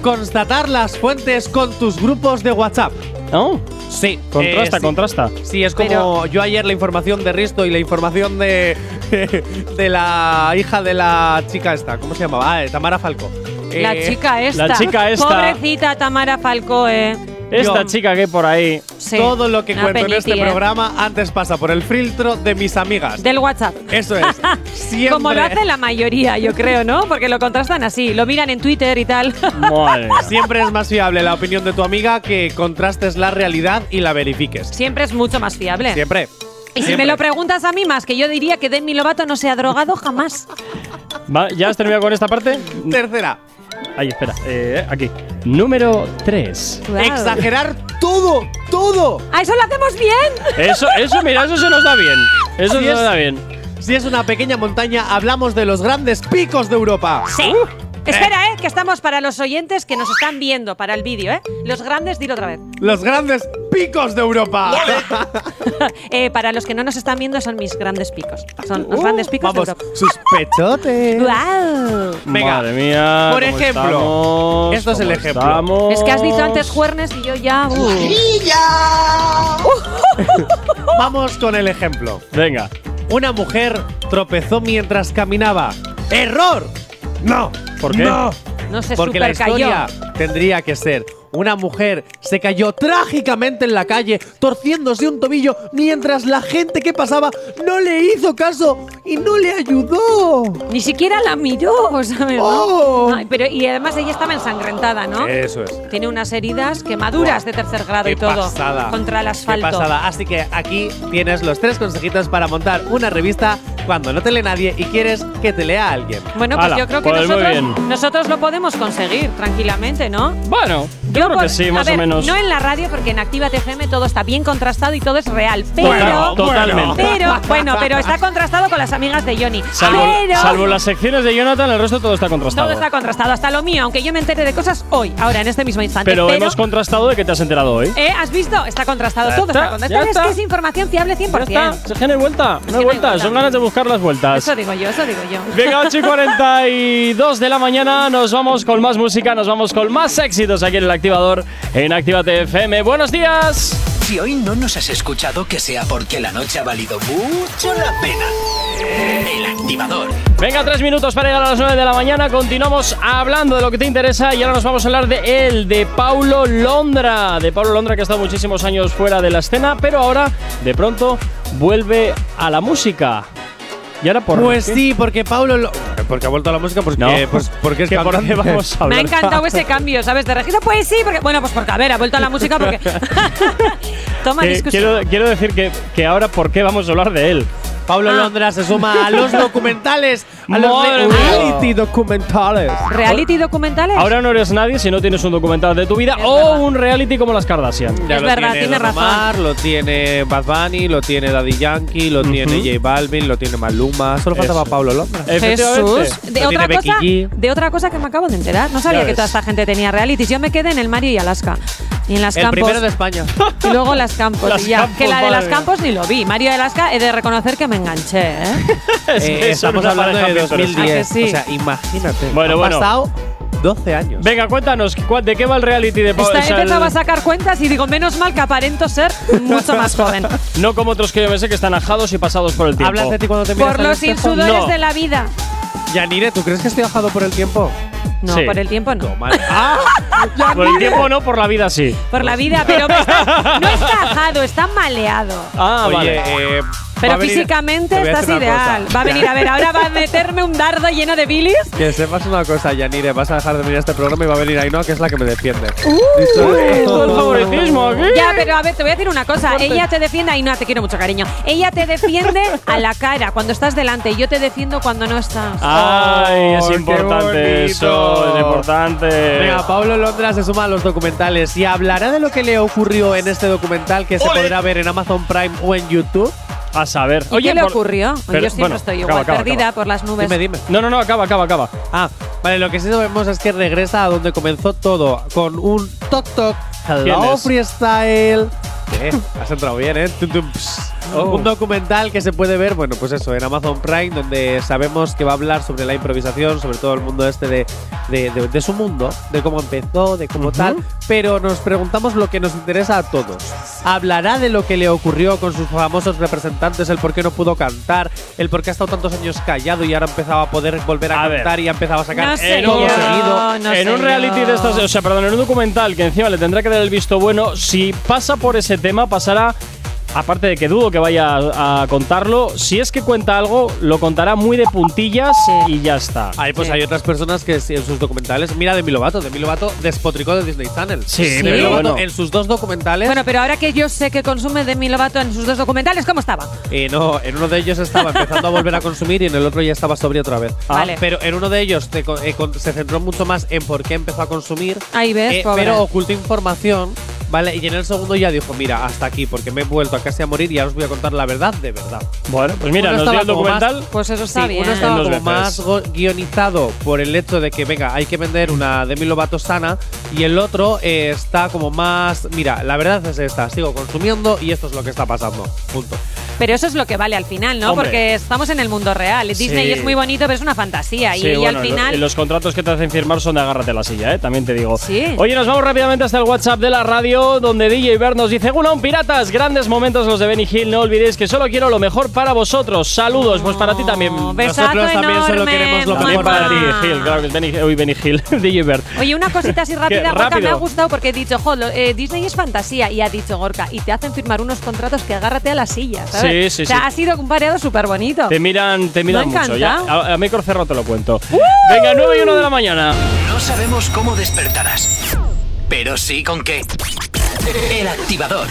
Speaker 4: Constatar las fuentes con tus grupos de WhatsApp.
Speaker 2: ¿No?
Speaker 4: Sí,
Speaker 2: Contrasta,
Speaker 4: eh, sí.
Speaker 2: contrasta.
Speaker 4: Sí, es como
Speaker 3: Pero-
Speaker 4: yo ayer la información de Risto y la información de de la hija de la chica esta, ¿cómo se llamaba? Ah, eh, Tamara Falco.
Speaker 3: (laughs) La
Speaker 4: Eh,
Speaker 3: chica esta.
Speaker 2: la chica esta.
Speaker 3: Pobrecita Tamara Falcoe.
Speaker 2: Esta
Speaker 4: Yo-
Speaker 2: chica que hay por ahí.
Speaker 3: Sí,
Speaker 4: Todo lo que
Speaker 3: una
Speaker 4: cuento en este
Speaker 3: peniti, ¿eh?
Speaker 4: programa antes pasa por el filtro de mis amigas.
Speaker 3: Del WhatsApp.
Speaker 4: Eso es.
Speaker 3: (laughs)
Speaker 4: Siempre.
Speaker 3: Como lo hace la mayoría, yo creo, ¿no? Porque lo contrastan así, lo miran en Twitter y tal. (laughs)
Speaker 2: Madre. mía.
Speaker 4: Siempre es más fiable la opinión de tu amiga que contrastes la realidad y la verifiques.
Speaker 3: Siempre es mucho más fiable.
Speaker 4: Siempre.
Speaker 3: Y si me
Speaker 4: Siempre.
Speaker 3: lo preguntas a mí más, que yo diría que Demi Lovato no se ha drogado jamás.
Speaker 2: Va, ¿Ya has terminado con esta parte?
Speaker 4: Tercera,
Speaker 2: Ay, espera. eh, aquí. Número 3.
Speaker 4: exagerar todo, todo.
Speaker 3: ¡Ah, eso lo hacemos
Speaker 4: Eh,
Speaker 3: bien!
Speaker 2: Eso, eso, mira, eso se nos da bien. Eso se
Speaker 4: Así
Speaker 2: nos
Speaker 4: es.
Speaker 2: da bien.
Speaker 4: Si es una pequeña montaña, hablamos de los grandes picos de Europa.
Speaker 3: Sí. Uh, Espera, ¿eh? Que estamos para los oyentes que nos están viendo para el vídeo, ¿eh? Los grandes, dilo otra vez. (laughs)
Speaker 4: Los grandes picos de Europa.
Speaker 3: Eh, para los que no nos están viendo son mis grandes picos. Son los
Speaker 4: Uh,
Speaker 3: grandes picos
Speaker 4: Vamos,
Speaker 3: de Europa.
Speaker 4: sus pechotes.
Speaker 3: ¡Guau!
Speaker 4: Venga.
Speaker 2: Madre mía.
Speaker 4: Por
Speaker 2: ¿cómo
Speaker 4: ejemplo,
Speaker 2: estamos?
Speaker 4: esto es el
Speaker 2: ¿Cómo
Speaker 4: ejemplo.
Speaker 2: estamos?
Speaker 3: Es que has dicho antes juernes y yo ya. uh.
Speaker 4: Vamos con el ejemplo.
Speaker 2: Venga.
Speaker 4: Una mujer tropezó mientras caminaba. ¡Error! No.
Speaker 2: ¿Por qué?
Speaker 4: No.
Speaker 3: no se
Speaker 4: Porque la
Speaker 3: supercayó.
Speaker 4: historia tendría que ser. Una mujer se cayó trágicamente en la calle, torciéndose un tobillo, mientras la gente que pasaba no le hizo caso y no le ayudó.
Speaker 3: Ni siquiera la miró, (laughs) ¿sabes? no?
Speaker 4: Oh.
Speaker 3: Ay, pero, y además ella estaba ensangrentada, ¿no?
Speaker 4: Eso es.
Speaker 3: Tiene unas heridas quemaduras de tercer grado
Speaker 4: Qué
Speaker 3: y todo.
Speaker 4: pasada.
Speaker 3: Contra el asfalto.
Speaker 4: Qué pasada. Así que aquí tienes los tres consejitos para montar una revista cuando no te lee nadie y quieres que te lea alguien.
Speaker 3: Bueno, pues
Speaker 2: Hala,
Speaker 3: yo creo que
Speaker 2: pues muy
Speaker 3: nosotros,
Speaker 2: bien.
Speaker 3: nosotros lo podemos conseguir tranquilamente, ¿no?
Speaker 2: Bueno, yo, creo
Speaker 3: por-
Speaker 2: que sí,
Speaker 3: a
Speaker 2: más
Speaker 3: ver,
Speaker 2: o menos.
Speaker 3: No en la radio, porque en Activa FM todo está bien contrastado y todo es real. Pero.
Speaker 2: Total- totalmente.
Speaker 3: Pero, bueno, pero está contrastado con las amigas de Johnny.
Speaker 2: Salvo,
Speaker 3: pero
Speaker 2: salvo las secciones de Jonathan, el resto todo está contrastado.
Speaker 3: todo está contrastado, hasta lo mío, aunque yo me entere de cosas hoy, ahora, en este mismo instante.
Speaker 2: pero, hemos contrastado de que te has enterado hoy.
Speaker 3: ¿Eh? ¿Has visto? Está contrastado
Speaker 2: Ya
Speaker 3: todo. Está,
Speaker 2: está,
Speaker 3: contrastado.
Speaker 2: ya
Speaker 3: Es
Speaker 2: está.
Speaker 3: que es información fiable 100%.
Speaker 2: Ya está, se genera vuelta. No hay
Speaker 3: hay
Speaker 2: vuelta,
Speaker 3: vuelta.
Speaker 2: son ganas de buscar las vueltas.
Speaker 3: Eso digo yo, eso digo yo. (laughs)
Speaker 2: Venga, 8 y 42 de la mañana, nos vamos con más música, nos vamos con más éxitos aquí en el activador en Actívate FM. ¡Buenos días!
Speaker 1: Si hoy no nos has escuchado, que sea porque la noche ha valido mucho la pena. El activador.
Speaker 2: Venga, tres minutos para llegar a las 9 de la mañana. Continuamos hablando de lo que te interesa y ahora nos vamos a hablar de él, de Paulo Londra. De Paulo Londra que ha estado muchísimos años fuera de la escena, pero ahora de pronto vuelve a la música. Y ahora por
Speaker 4: Pues
Speaker 2: qué?
Speaker 4: sí, porque Pablo lo- porque ha vuelto a la música, pues,
Speaker 2: No.
Speaker 4: que- pues porque es
Speaker 2: ¿Que por
Speaker 4: (laughs) cantante.
Speaker 2: qué vamos a
Speaker 3: Me
Speaker 2: hablar?
Speaker 3: ha
Speaker 2: (laughs)
Speaker 3: encantado ese cambio, ¿sabes? De registro, pues sí, porque. Bueno, pues porque, a ver, ha vuelto a la música
Speaker 2: (laughs)
Speaker 3: porque. (laughs) Toma
Speaker 2: Que
Speaker 3: discusión.
Speaker 2: Eh, quiero, quiero decir que, que ahora por qué vamos a hablar de él.
Speaker 4: Pablo
Speaker 3: Ah.
Speaker 4: Londra se suma a los documentales, a los
Speaker 2: Madre
Speaker 4: re-
Speaker 2: mía.
Speaker 4: reality documentales.
Speaker 3: ¿Reality documentales?
Speaker 2: Ahora no eres nadie si no tienes un documental de tu vida o
Speaker 3: verdad.
Speaker 2: un reality como las Kardashian.
Speaker 4: Ya
Speaker 3: Es
Speaker 4: lo
Speaker 3: verdad,
Speaker 4: tiene
Speaker 3: tiene
Speaker 4: Don
Speaker 3: razón.
Speaker 4: Omar, lo tiene Bad Bunny, lo tiene Daddy Yankee, lo tiene J Balvin, lo tiene Maluma. Solo faltaba
Speaker 2: Eso.
Speaker 4: Pablo Londra.
Speaker 2: Efectivamente.
Speaker 3: Jesús. De
Speaker 4: Lo
Speaker 3: otra,
Speaker 4: tiene
Speaker 3: cosa,
Speaker 4: Becky G.
Speaker 3: de otra cosa que me acabo de enterar. No sabía
Speaker 2: Ya
Speaker 3: que
Speaker 2: ves.
Speaker 3: toda esta gente tenía realities. Yo me quedé en el Mario y Alaska. Y en las
Speaker 4: El
Speaker 3: campos.
Speaker 4: primero de España.
Speaker 3: Y luego las campos.
Speaker 2: Las
Speaker 3: y ya.
Speaker 2: Campos,
Speaker 3: que la de
Speaker 2: madre
Speaker 3: las
Speaker 2: mía.
Speaker 3: campos ni lo vi. Mario y Alaska, he de reconocer que me
Speaker 2: (laughs)
Speaker 3: enganché, ¿eh?
Speaker 2: (laughs) Es que
Speaker 4: Eh,
Speaker 2: son
Speaker 4: estamos
Speaker 2: una
Speaker 4: hablando
Speaker 2: pareja
Speaker 4: de
Speaker 2: pintoresca.
Speaker 3: ¿A
Speaker 4: 2010.
Speaker 3: que sí?
Speaker 4: O sea, imagínate.
Speaker 2: Bueno,
Speaker 4: han
Speaker 2: bueno.
Speaker 4: pasado 12 años.
Speaker 2: Venga, cuéntanos, ¿cuá- ¿de qué va el reality de Pau-
Speaker 3: Esta,
Speaker 2: o sea,
Speaker 3: he empezado
Speaker 2: el-
Speaker 3: a sacar cuentas y digo, menos mal que aparento ser mucho
Speaker 2: (laughs)
Speaker 3: más joven.
Speaker 2: No como otros que yo me sé que están ajados y pasados por el tiempo.
Speaker 4: ¿Hablas de ti cuando te miras
Speaker 3: Por
Speaker 4: al
Speaker 3: los
Speaker 4: espejo?
Speaker 3: insudores
Speaker 2: No.
Speaker 3: de la vida.
Speaker 4: Yanire, ¿tú crees que estoy ajado por el tiempo?
Speaker 3: No,
Speaker 2: Sí.
Speaker 3: por el tiempo no.
Speaker 4: mal.
Speaker 2: (laughs)
Speaker 4: ¡Ah!
Speaker 2: Por el tiempo no, por la vida sí.
Speaker 3: Por la vida, pero me está- no está ajado, está maleado.
Speaker 2: Ah,
Speaker 4: Oye,
Speaker 2: vale.
Speaker 4: eh, va
Speaker 3: Pero
Speaker 4: a venir-
Speaker 3: físicamente
Speaker 4: te voy a
Speaker 3: estás
Speaker 4: hacer una
Speaker 3: ideal.
Speaker 4: cosa.
Speaker 3: Va a venir, a ver, ahora va a meterme un dardo lleno de bilis.
Speaker 4: Que sepas una cosa, Yanire, vas a dejar de mirar este programa y va a venir Ainhoa, que es la que me defiende. (laughs)
Speaker 2: Uy, todo el favoritismo aquí.
Speaker 3: Ya, pero a ver, te voy a decir una cosa. Ella te defiende, y no, te quiero mucho, cariño. Ella te defiende a la cara cuando estás delante y yo te defiendo cuando no estás.
Speaker 2: Ay, es
Speaker 4: Oh, qué
Speaker 2: importante eso,
Speaker 4: bonito.
Speaker 2: es importante.
Speaker 4: Venga, Pablo Londra se suma a los documentales y hablará de lo que le ocurrió en este documental que se podrá ver en Amazon Prime o en YouTube.
Speaker 2: a saber.
Speaker 3: ¿Y qué le
Speaker 2: por-
Speaker 3: ocurrió?
Speaker 2: pero-
Speaker 3: yo siempre
Speaker 2: bueno,
Speaker 3: estoy
Speaker 2: acaba,
Speaker 3: igual
Speaker 2: acaba,
Speaker 3: perdida
Speaker 2: acaba.
Speaker 3: por las nubes.
Speaker 4: Dime, dime.
Speaker 2: No, no, no, acaba, acaba, acaba.
Speaker 4: Ah, vale, lo que sí sabemos es que regresa a donde comenzó todo, con un toc toc.
Speaker 2: ¿Quién
Speaker 4: Hello
Speaker 2: es?
Speaker 4: Freestyle. Eh, has entrado bien, ¿eh? Tum, tum, ps.
Speaker 2: Oh.
Speaker 4: Un documental que se puede ver, bueno, pues eso, en Amazon Prime, donde sabemos que va a hablar sobre la improvisación, sobre todo el mundo este de, de- de- de su mundo, de cómo empezó, de cómo tal, pero nos preguntamos lo que nos interesa a todos. Hablará de lo que le ocurrió con sus famosos representantes, el por qué no pudo cantar, el por qué ha estado tantos años callado y ahora empezaba a poder volver a,
Speaker 2: A ver.
Speaker 4: cantar y ha empezado a sacar
Speaker 3: No sé
Speaker 2: En
Speaker 4: todo
Speaker 2: un,
Speaker 3: yo.
Speaker 4: seguido.
Speaker 3: no
Speaker 2: en
Speaker 3: sé
Speaker 2: un reality
Speaker 3: yo.
Speaker 2: de estos, o sea, perdón, en un documental que encima le tendrá que dar el visto bueno, si pasa por ese tema, pasará, aparte de que dudo que vaya a, a contarlo, si es que cuenta algo, lo contará muy de puntillas
Speaker 3: Sí.
Speaker 2: y ya está.
Speaker 4: Ahí pues
Speaker 3: Sí.
Speaker 4: hay otras personas que sí, en sus documentales, mira de Milovato, de Milovato despotricó de Disney Channel.
Speaker 2: Sí,
Speaker 4: Demi
Speaker 2: pero
Speaker 4: Lovato
Speaker 2: bueno.
Speaker 4: en sus dos documentales,
Speaker 3: Bueno, pero ahora que yo sé que consume Demi Lovato en sus dos documentales, ¿cómo estaba?
Speaker 4: eh, no, en uno de ellos estaba empezando a volver a consumir y en el otro ya estaba sobrio otra vez.
Speaker 3: Ah. Vale.
Speaker 4: Pero en uno de ellos te co- eh, con- se centró mucho más en por qué empezó a consumir,
Speaker 3: Ahí ves,
Speaker 4: eh,
Speaker 3: Ah, pobre.
Speaker 4: pero ocultó información, ¿vale? Y en el segundo ya dijo, mira, hasta aquí, porque me he vuelto a casi a morir y ahora os voy a contar la verdad de verdad.
Speaker 2: Bueno, pues mira,
Speaker 4: Uno
Speaker 2: nos dio
Speaker 4: estaba
Speaker 2: el
Speaker 4: como más-
Speaker 2: documental.
Speaker 3: Pues eso está
Speaker 4: Sí,
Speaker 3: bien.
Speaker 4: Uno
Speaker 2: En
Speaker 4: estaba
Speaker 2: dos
Speaker 4: como
Speaker 2: veces.
Speaker 4: más go- guionizado por el hecho de que, venga, hay que vender una Demi Lovato sana y el otro eh, está como más, mira, la verdad es esta, sigo consumiendo y esto es lo que está pasando. Punto.
Speaker 3: Pero eso es lo que vale al final, ¿no?
Speaker 2: Hombre.
Speaker 3: Porque estamos en el mundo real. Disney
Speaker 2: Sí.
Speaker 3: es muy bonito, pero es una fantasía. y,
Speaker 2: Sí,
Speaker 3: y
Speaker 2: bueno,
Speaker 3: al
Speaker 2: lo-
Speaker 3: final.
Speaker 2: los contratos que te hacen firmar son de agárrate la silla, ¿eh? también te digo.
Speaker 3: Sí.
Speaker 2: Oye, nos vamos rápidamente hasta el WhatsApp de la radio, donde DJ Ver nos dice: Gulón, piratas, grandes momentos los de Benny Hill. No olvidéis que solo quiero lo mejor para vosotros. Saludos, pues para ti también.
Speaker 3: Oh, besazo
Speaker 4: nosotros también solo
Speaker 3: enorme,
Speaker 4: queremos lo
Speaker 2: También
Speaker 4: mejor
Speaker 3: mamá.
Speaker 2: para ti, Hill, claro que es Benny, uy, Benny Hill, (laughs) DJ Bird.
Speaker 3: Oye, una cosita
Speaker 2: (laughs)
Speaker 3: así
Speaker 2: Qué
Speaker 3: rápida, Gorka, me
Speaker 2: rápido.
Speaker 3: ha gustado porque he dicho, jo, lo- eh, Disney es fantasía, y ha dicho Gorka, y te hacen firmar unos contratos que agárrate a la silla, ¿sabes?
Speaker 2: Sí, sí,
Speaker 3: o sea,
Speaker 2: sí.
Speaker 3: ha sido un pareado súper bonito.
Speaker 2: Te miran, te
Speaker 3: Me ha
Speaker 2: miran mucho. Ya,
Speaker 3: encantado.
Speaker 2: a, a micro cerrado te lo cuento. Venga, 9 y 1 de la mañana.
Speaker 1: No sabemos cómo despertarás, pero sí con qué. El activador.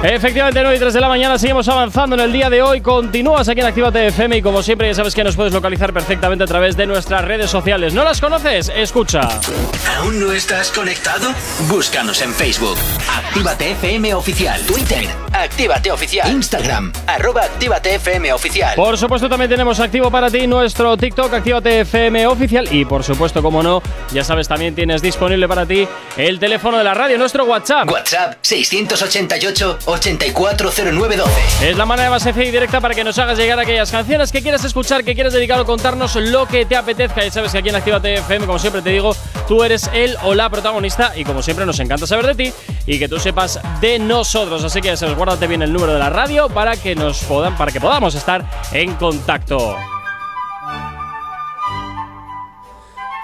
Speaker 2: Efectivamente, 9 y 3 de la mañana seguimos avanzando en el día de hoy. Continúas aquí en Actívate FM y como siempre ya sabes que nos puedes localizar perfectamente a través de nuestras redes sociales. ¿No las conoces? Escucha.
Speaker 1: ¿Aún no estás conectado? Búscanos en Facebook. Actívate FM Oficial. Twitter. Actívate Oficial. Instagram. Arroba Actívate FM Oficial.
Speaker 2: Por supuesto también tenemos activo para ti nuestro TikTok, Actívate FM oficial y por supuesto, como no, ya sabes también tienes disponible para ti el teléfono de la radio, nuestro WhatsApp.
Speaker 1: WhatsApp 688 840912.
Speaker 2: Es la manera más sencilla y directa para que nos hagas llegar aquellas canciones que quieras escuchar, que quieras dedicar o contarnos lo que te apetezca. Y sabes que aquí en Actívate FM, como siempre te digo, tú eres el o la protagonista y como siempre nos encanta saber de ti y que tú sepas de nosotros. Así que ya sabes, guárdate bien el número de la radio para que nos podan, para que podamos estar en contacto.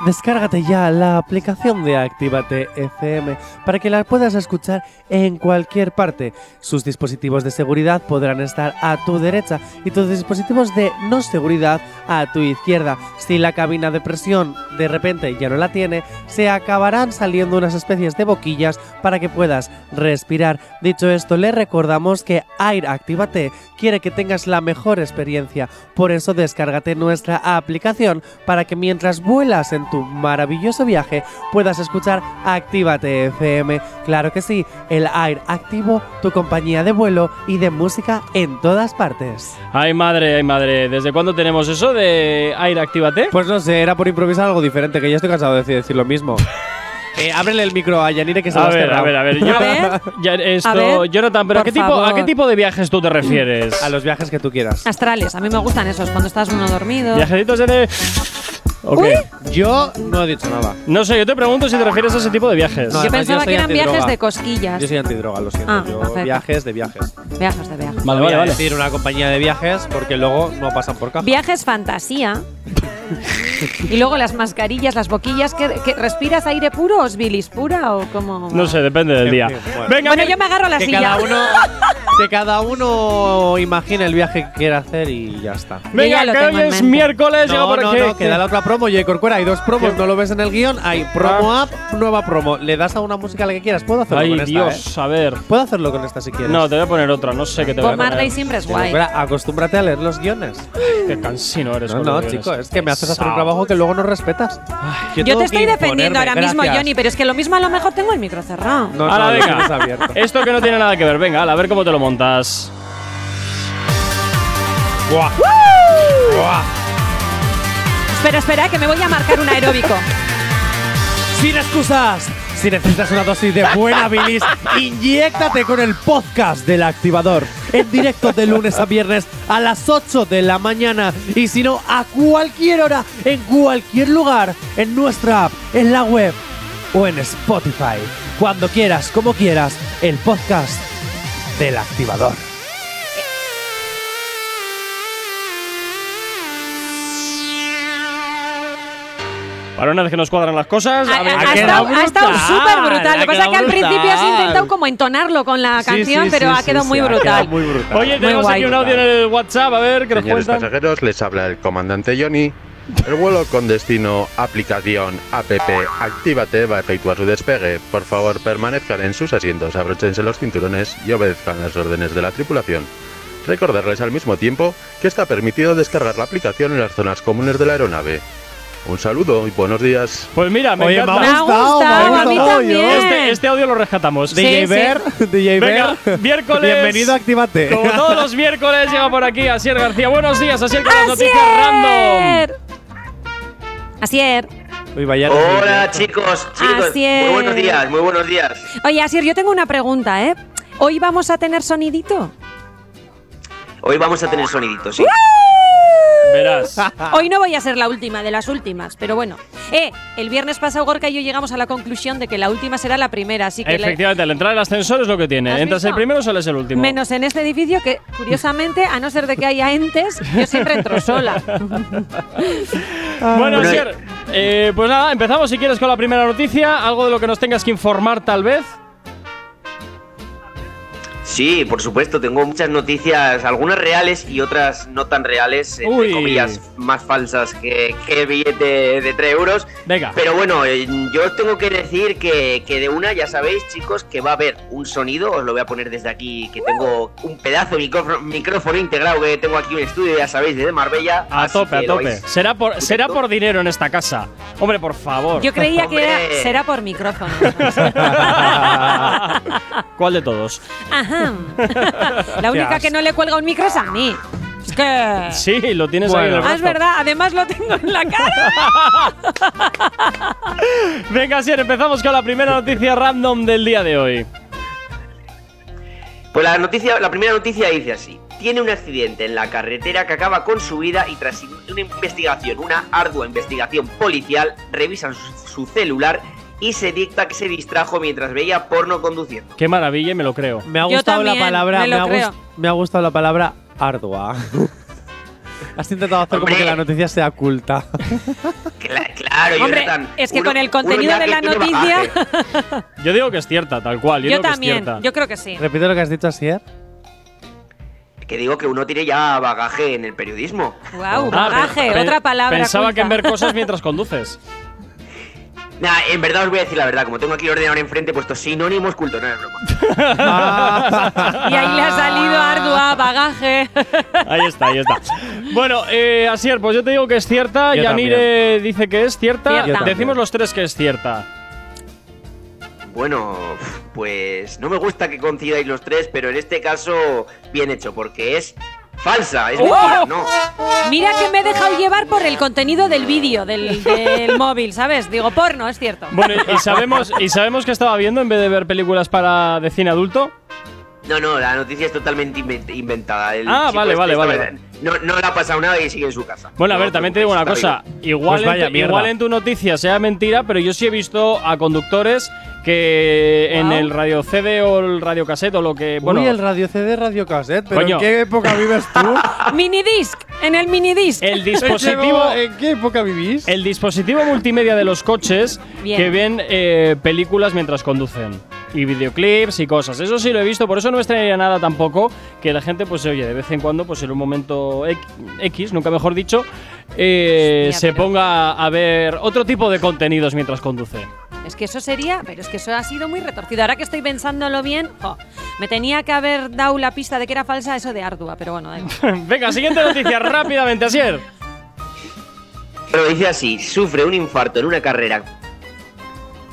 Speaker 4: Descárgate ya la aplicación de Actívate FM para que la puedas escuchar en cualquier parte. Sus dispositivos de seguridad podrán estar a tu derecha y tus dispositivos de no seguridad a tu izquierda. Si la cabina de presión de repente ya no la tiene, se acabarán saliendo unas especies de boquillas para que puedas respirar. Dicho esto, le recordamos que Air Actívate quiere que tengas la mejor experiencia. Por eso descárgate nuestra aplicación para que mientras vuelas en tu maravilloso viaje puedas escuchar Actívate FM. Claro que sí, el Air Activo, tu compañía de vuelo y de música en todas partes.
Speaker 2: Ay madre, ay madre, ¿desde cuándo tenemos eso de aire actívate?
Speaker 4: Pues no sé, era por improvisar algo diferente, que ya estoy cansado de decir, decir lo (laughs) mismo. Eh, ábrele el micro a Yanire que se lo
Speaker 2: A
Speaker 4: has
Speaker 2: ver, a
Speaker 4: cerrado.
Speaker 2: ver, a ver,
Speaker 3: A
Speaker 2: Jonathan,
Speaker 3: ver.
Speaker 2: ya esto-
Speaker 3: A ver,
Speaker 2: Jonathan, pero ¿a qué,
Speaker 3: por
Speaker 2: tipo, ¿a
Speaker 3: favor.
Speaker 2: qué tipo de viajes tú te refieres?
Speaker 4: (laughs) A los viajes que tú quieras.
Speaker 3: Astrales, a mí me gustan esos, cuando estás uno dormido.
Speaker 2: ¿Viajecitos de.? ¿O qué?
Speaker 4: Yo no he dicho nada.
Speaker 2: No sé, yo te pregunto si te refieres a ese tipo de viajes.
Speaker 4: No,
Speaker 3: Yo
Speaker 4: además,
Speaker 3: pensaba
Speaker 4: yo soy
Speaker 3: que eran
Speaker 4: antidroga.
Speaker 3: viajes de cosquillas.
Speaker 4: Yo soy antidroga, lo siento.
Speaker 3: Ah,
Speaker 4: yo
Speaker 3: perfecto.
Speaker 4: viajes de viajes.
Speaker 3: Viajes de viajes.
Speaker 2: Vale,
Speaker 4: Voy
Speaker 2: vale,
Speaker 4: a
Speaker 2: vale.
Speaker 4: decir una compañía de viajes porque luego no pasan por caja.
Speaker 2: (laughs)
Speaker 3: Viajes fantasía. y luego las mascarillas, las boquillas. ¿qué- qué- ¿Respiras aire puro o es bilis pura o cómo?
Speaker 2: No sé, depende del
Speaker 4: En
Speaker 2: día.
Speaker 4: fin, bueno.
Speaker 2: Venga,
Speaker 3: Bueno,
Speaker 2: mi-
Speaker 3: yo me agarro a la
Speaker 4: que
Speaker 3: silla.
Speaker 4: cada
Speaker 3: (laughs)
Speaker 4: uno que cada uno imagine el viaje que quiera hacer y ya está.
Speaker 2: venga,
Speaker 3: Yo ya lo
Speaker 2: que
Speaker 3: tengo
Speaker 2: hoy
Speaker 3: en
Speaker 2: es
Speaker 3: mente.
Speaker 2: miércoles, llega
Speaker 4: No,
Speaker 2: por
Speaker 4: no,
Speaker 2: aquí.
Speaker 4: no, que da la otra promo, J. Corcuera. Hay dos promos,
Speaker 2: ¿Qué? Ah.
Speaker 4: no lo ves en el guión. Hay promo up, nueva promo. Le das a una música la que quieras. Puedo hacerlo
Speaker 2: Ay,
Speaker 4: con esta.
Speaker 2: Dios,
Speaker 4: ¿eh?
Speaker 2: a ver.
Speaker 4: Puedo hacerlo con esta si quieres.
Speaker 2: No, te voy a poner otra, no sé qué te voy a
Speaker 3: Bob
Speaker 2: poner.
Speaker 3: Marley siempre es
Speaker 4: J.
Speaker 3: guay.
Speaker 4: Corcuera, acostúmbrate a leer los guiones.
Speaker 2: Qué cansino eres.
Speaker 4: No,
Speaker 2: con los
Speaker 4: no,
Speaker 2: guiones.
Speaker 4: chico, es que me haces hacer un
Speaker 2: Pesado.
Speaker 4: trabajo que luego no respetas.
Speaker 3: Yo
Speaker 4: tengo
Speaker 3: te
Speaker 4: que
Speaker 3: estoy defendiendo
Speaker 4: imponerme,
Speaker 3: ahora mismo,
Speaker 4: gracias.
Speaker 3: Johnny, pero es que lo mismo a lo mejor tengo el micro cerrado.
Speaker 4: No,
Speaker 2: Ahora,
Speaker 4: no, lo
Speaker 2: venga.
Speaker 4: tienes abierto.
Speaker 2: Esto que no tiene nada que ver, venga, ala, a ver cómo te lo montas.
Speaker 4: Buah. Buah. (laughs)
Speaker 3: Espera, espera, que me voy a marcar un aeróbico.
Speaker 4: Sin excusas. Si necesitas una dosis de buena bilis,
Speaker 3: (laughs)
Speaker 4: inyéctate con el podcast del activador. En directo de lunes a viernes a las 8 de la mañana. Y si no, a cualquier hora, en cualquier lugar, en nuestra app, en la web o en Spotify. Cuando quieras, como quieras, el podcast del activador.
Speaker 2: Para una vez que nos cuadran las cosas.
Speaker 3: Ha,
Speaker 2: a ver,
Speaker 3: ha-
Speaker 2: ha
Speaker 3: ha
Speaker 2: quedado
Speaker 3: estado ha estado
Speaker 2: brutal,
Speaker 3: súper brutal.
Speaker 2: ha
Speaker 3: Lo que pasa es que al
Speaker 2: quedado
Speaker 3: principio has
Speaker 2: brutal.
Speaker 3: intentado como entonarlo con la
Speaker 4: Sí,
Speaker 3: canción,
Speaker 4: sí,
Speaker 3: pero
Speaker 4: sí,
Speaker 3: ha
Speaker 4: sí,
Speaker 3: quedado
Speaker 4: sí,
Speaker 3: muy
Speaker 4: ha quedado
Speaker 3: brutal.
Speaker 4: muy brutal.
Speaker 2: Oye, tenemos
Speaker 3: guay.
Speaker 2: aquí un audio en el WhatsApp, a ver, que nos
Speaker 5: Señores
Speaker 2: cuentan.
Speaker 5: pasajeros, les habla el comandante Johnny. El vuelo con destino aplicación app Actívate va a efectuar su despegue. Por favor, permanezcan en sus asientos, abróchense los cinturones y obedezcan las órdenes de la tripulación. Recordarles al mismo tiempo que está permitido descargar la aplicación en las zonas comunes de la aeronave. Un saludo y buenos días.
Speaker 2: Pues mira, me
Speaker 4: Oye,
Speaker 2: encanta.
Speaker 4: me
Speaker 3: Me ha
Speaker 4: gustado,
Speaker 3: gustado,
Speaker 4: me ha
Speaker 3: a mí
Speaker 4: gustado, yo.
Speaker 3: también.
Speaker 2: Este, este audio lo rescatamos.
Speaker 3: Sí, DJ sí. Ver,
Speaker 4: (laughs) DJ
Speaker 2: Venga, miércoles.
Speaker 4: Bienvenido, a actívate.
Speaker 2: Como todos los miércoles llega por aquí Asier García. Buenos días, Asier, con las noticias random.
Speaker 3: Asier. Asier.
Speaker 4: Uy, vaya
Speaker 7: Hola chicos, chicos,
Speaker 3: Así es.
Speaker 7: muy buenos días, muy buenos días.
Speaker 3: Oye, Asier, yo tengo una pregunta, ¿eh? ¿Hoy vamos a tener
Speaker 4: (laughs)
Speaker 3: sonidito?
Speaker 7: Hoy vamos a tener soniditos, ¿sí?
Speaker 2: Verás.
Speaker 3: Hoy no voy a ser la última de las últimas, pero bueno. Eh, el viernes pasado Gorka y yo llegamos a la conclusión de que la última será la primera, así que... la-
Speaker 2: Efectivamente, al entrar el ascensor es lo que tiene.
Speaker 3: ¿Has
Speaker 2: Entras
Speaker 3: visto?
Speaker 2: el primero, sales el último.
Speaker 3: Menos en este edificio que, curiosamente, a no ser de que haya entes, yo siempre entro sola.
Speaker 4: (laughs)
Speaker 2: Bueno,
Speaker 7: Bueno,
Speaker 2: Asier, eh, pues nada, empezamos si quieres con la primera noticia. Algo de lo que nos tengas que informar, tal vez.
Speaker 7: Sí, por supuesto, tengo muchas noticias, algunas reales y otras no tan reales, entre
Speaker 2: Uy.
Speaker 7: comillas, más falsas que, que billete de 3 euros.
Speaker 2: Venga.
Speaker 7: Pero bueno, eh, yo os tengo que decir que, que de una ya sabéis, chicos, que va a haber un sonido, os lo voy a poner desde aquí, que tengo un pedazo de micrófono, micrófono integrado, que tengo aquí un estudio, ya sabéis, de Marbella.
Speaker 2: A
Speaker 7: así
Speaker 2: tope, a
Speaker 7: Ah, que lo
Speaker 2: tope.
Speaker 7: vais-
Speaker 2: Será por, será por dinero en esta casa. Hombre, por favor.
Speaker 7: (laughs)
Speaker 3: Yo creía que era-
Speaker 7: Hombre.
Speaker 3: será por micrófono.
Speaker 2: (laughs) ¿Cuál de todos?
Speaker 3: Ajá. La única que no le cuelga un micro es a mí. Es que...
Speaker 2: Sí, lo tienes ahí en el
Speaker 4: Bueno.
Speaker 3: Ah, es
Speaker 2: brazo.
Speaker 3: verdad, además lo tengo en la cara.
Speaker 2: Venga, Asier, empezamos con la primera noticia random del día de hoy.
Speaker 7: Pues la noticia, la primera noticia dice así: tiene un accidente en la carretera que acaba con su vida y tras una investigación, una ardua investigación policial, revisan su, su celular y se dicta que se distrajo mientras veía porno conduciendo.
Speaker 2: Qué maravilla, y me lo creo.
Speaker 4: Me ha
Speaker 3: Yo
Speaker 4: gustado la
Speaker 3: también,
Speaker 4: palabra.
Speaker 3: me lo
Speaker 4: ha
Speaker 3: creo.
Speaker 4: gust- me ha gustado la palabra ardua. (laughs) Has intentado hacer como
Speaker 7: Hombre.
Speaker 4: que la noticia sea culta. (laughs)
Speaker 7: Cla- claro,
Speaker 3: Hombre,
Speaker 7: Jonathan,
Speaker 3: es que
Speaker 7: uno-
Speaker 3: con el
Speaker 7: uno
Speaker 3: contenido
Speaker 7: ya
Speaker 3: de
Speaker 7: que
Speaker 3: la
Speaker 7: tiene
Speaker 3: noticia-
Speaker 7: bagaje.
Speaker 2: Yo digo que es cierta, tal cual. Yo,
Speaker 3: Yo
Speaker 2: digo que es
Speaker 3: también,
Speaker 2: cierta.
Speaker 3: yo creo que sí.
Speaker 4: Repite lo que has dicho, Asier.
Speaker 7: (laughs) Que digo que uno tiene ya bagaje en el periodismo.
Speaker 3: Wow,
Speaker 2: Ah,
Speaker 3: bagaje,
Speaker 2: pe-
Speaker 3: otra palabra.
Speaker 2: Pensaba
Speaker 3: culta.
Speaker 2: que en ver cosas mientras conduces.
Speaker 7: Nah, en verdad os voy a decir la verdad, como tengo aquí el ordenador enfrente, he puesto sinónimos culto, no es broma.
Speaker 4: Ah.
Speaker 3: Y ahí le ha salido
Speaker 2: Ah.
Speaker 3: ardua, bagaje.
Speaker 2: Ahí está, ahí está. Bueno, eh, Asier, pues yo te digo que es cierta.
Speaker 4: Yo
Speaker 2: Yanire dice que es cierta.
Speaker 3: Cierta. Yo también.
Speaker 2: Decimos los tres que es cierta.
Speaker 7: Bueno, pues no me gusta que coincidáis los tres, pero en este caso bien hecho, porque es falsa,
Speaker 2: ¡Oh!
Speaker 7: es mentira, no.
Speaker 3: Mira que me he dejado llevar por el contenido del vídeo, del,
Speaker 2: (laughs)
Speaker 3: del móvil, ¿sabes? Digo, porno, es cierto.
Speaker 2: Bueno, y sabemos, y sabemos que estaba viendo en vez de ver películas para de cine adulto.
Speaker 7: No, no, la noticia es totalmente inven- inventada. El
Speaker 2: Ah,
Speaker 7: chico
Speaker 2: vale,
Speaker 7: este
Speaker 2: vale,
Speaker 7: estaba-
Speaker 2: vale.
Speaker 7: No, no le ha pasado nada y sigue en su casa.
Speaker 2: Bueno, a
Speaker 7: No
Speaker 2: ver,
Speaker 7: os
Speaker 2: también te digo una
Speaker 7: preocupéis, está
Speaker 2: cosa. Igual,
Speaker 4: Pues vaya
Speaker 2: en tu,
Speaker 4: mierda.
Speaker 2: igual en tu noticia sea mentira, pero yo sí he visto a conductores que en
Speaker 3: Guau.
Speaker 2: el radio CD o el radio cassette o lo que. Bueno,
Speaker 4: Uy, el radio CD, radio cassette. ¿Pero
Speaker 2: Coño.
Speaker 4: en qué época vives tú?
Speaker 3: Minidisc, en el minidisc.
Speaker 2: el
Speaker 4: (laughs)
Speaker 2: dispositivo.
Speaker 4: ¿En qué época vivís?
Speaker 2: El dispositivo multimedia de los coches
Speaker 3: Bien.
Speaker 2: que ven eh, películas mientras conducen. Y videoclips y cosas. Eso sí lo he visto, por eso no me extrañaría nada tampoco que la gente, pues oye, de vez en cuando, pues en un momento X, X, nunca mejor dicho, eh,
Speaker 3: Hostia,
Speaker 2: se
Speaker 3: pero-
Speaker 2: ponga a ver otro tipo de contenidos mientras conduce. (laughs)
Speaker 3: Es que eso sería, pero es que eso ha sido muy retorcido. Ahora que estoy pensándolo bien, jo, me tenía que haber dado la pista de que era falsa eso de ardua, pero bueno, da igual.
Speaker 2: Venga, siguiente
Speaker 3: (laughs)
Speaker 2: noticia, rápidamente, Asier.
Speaker 7: Pero dice así, sufre un infarto en una carrera,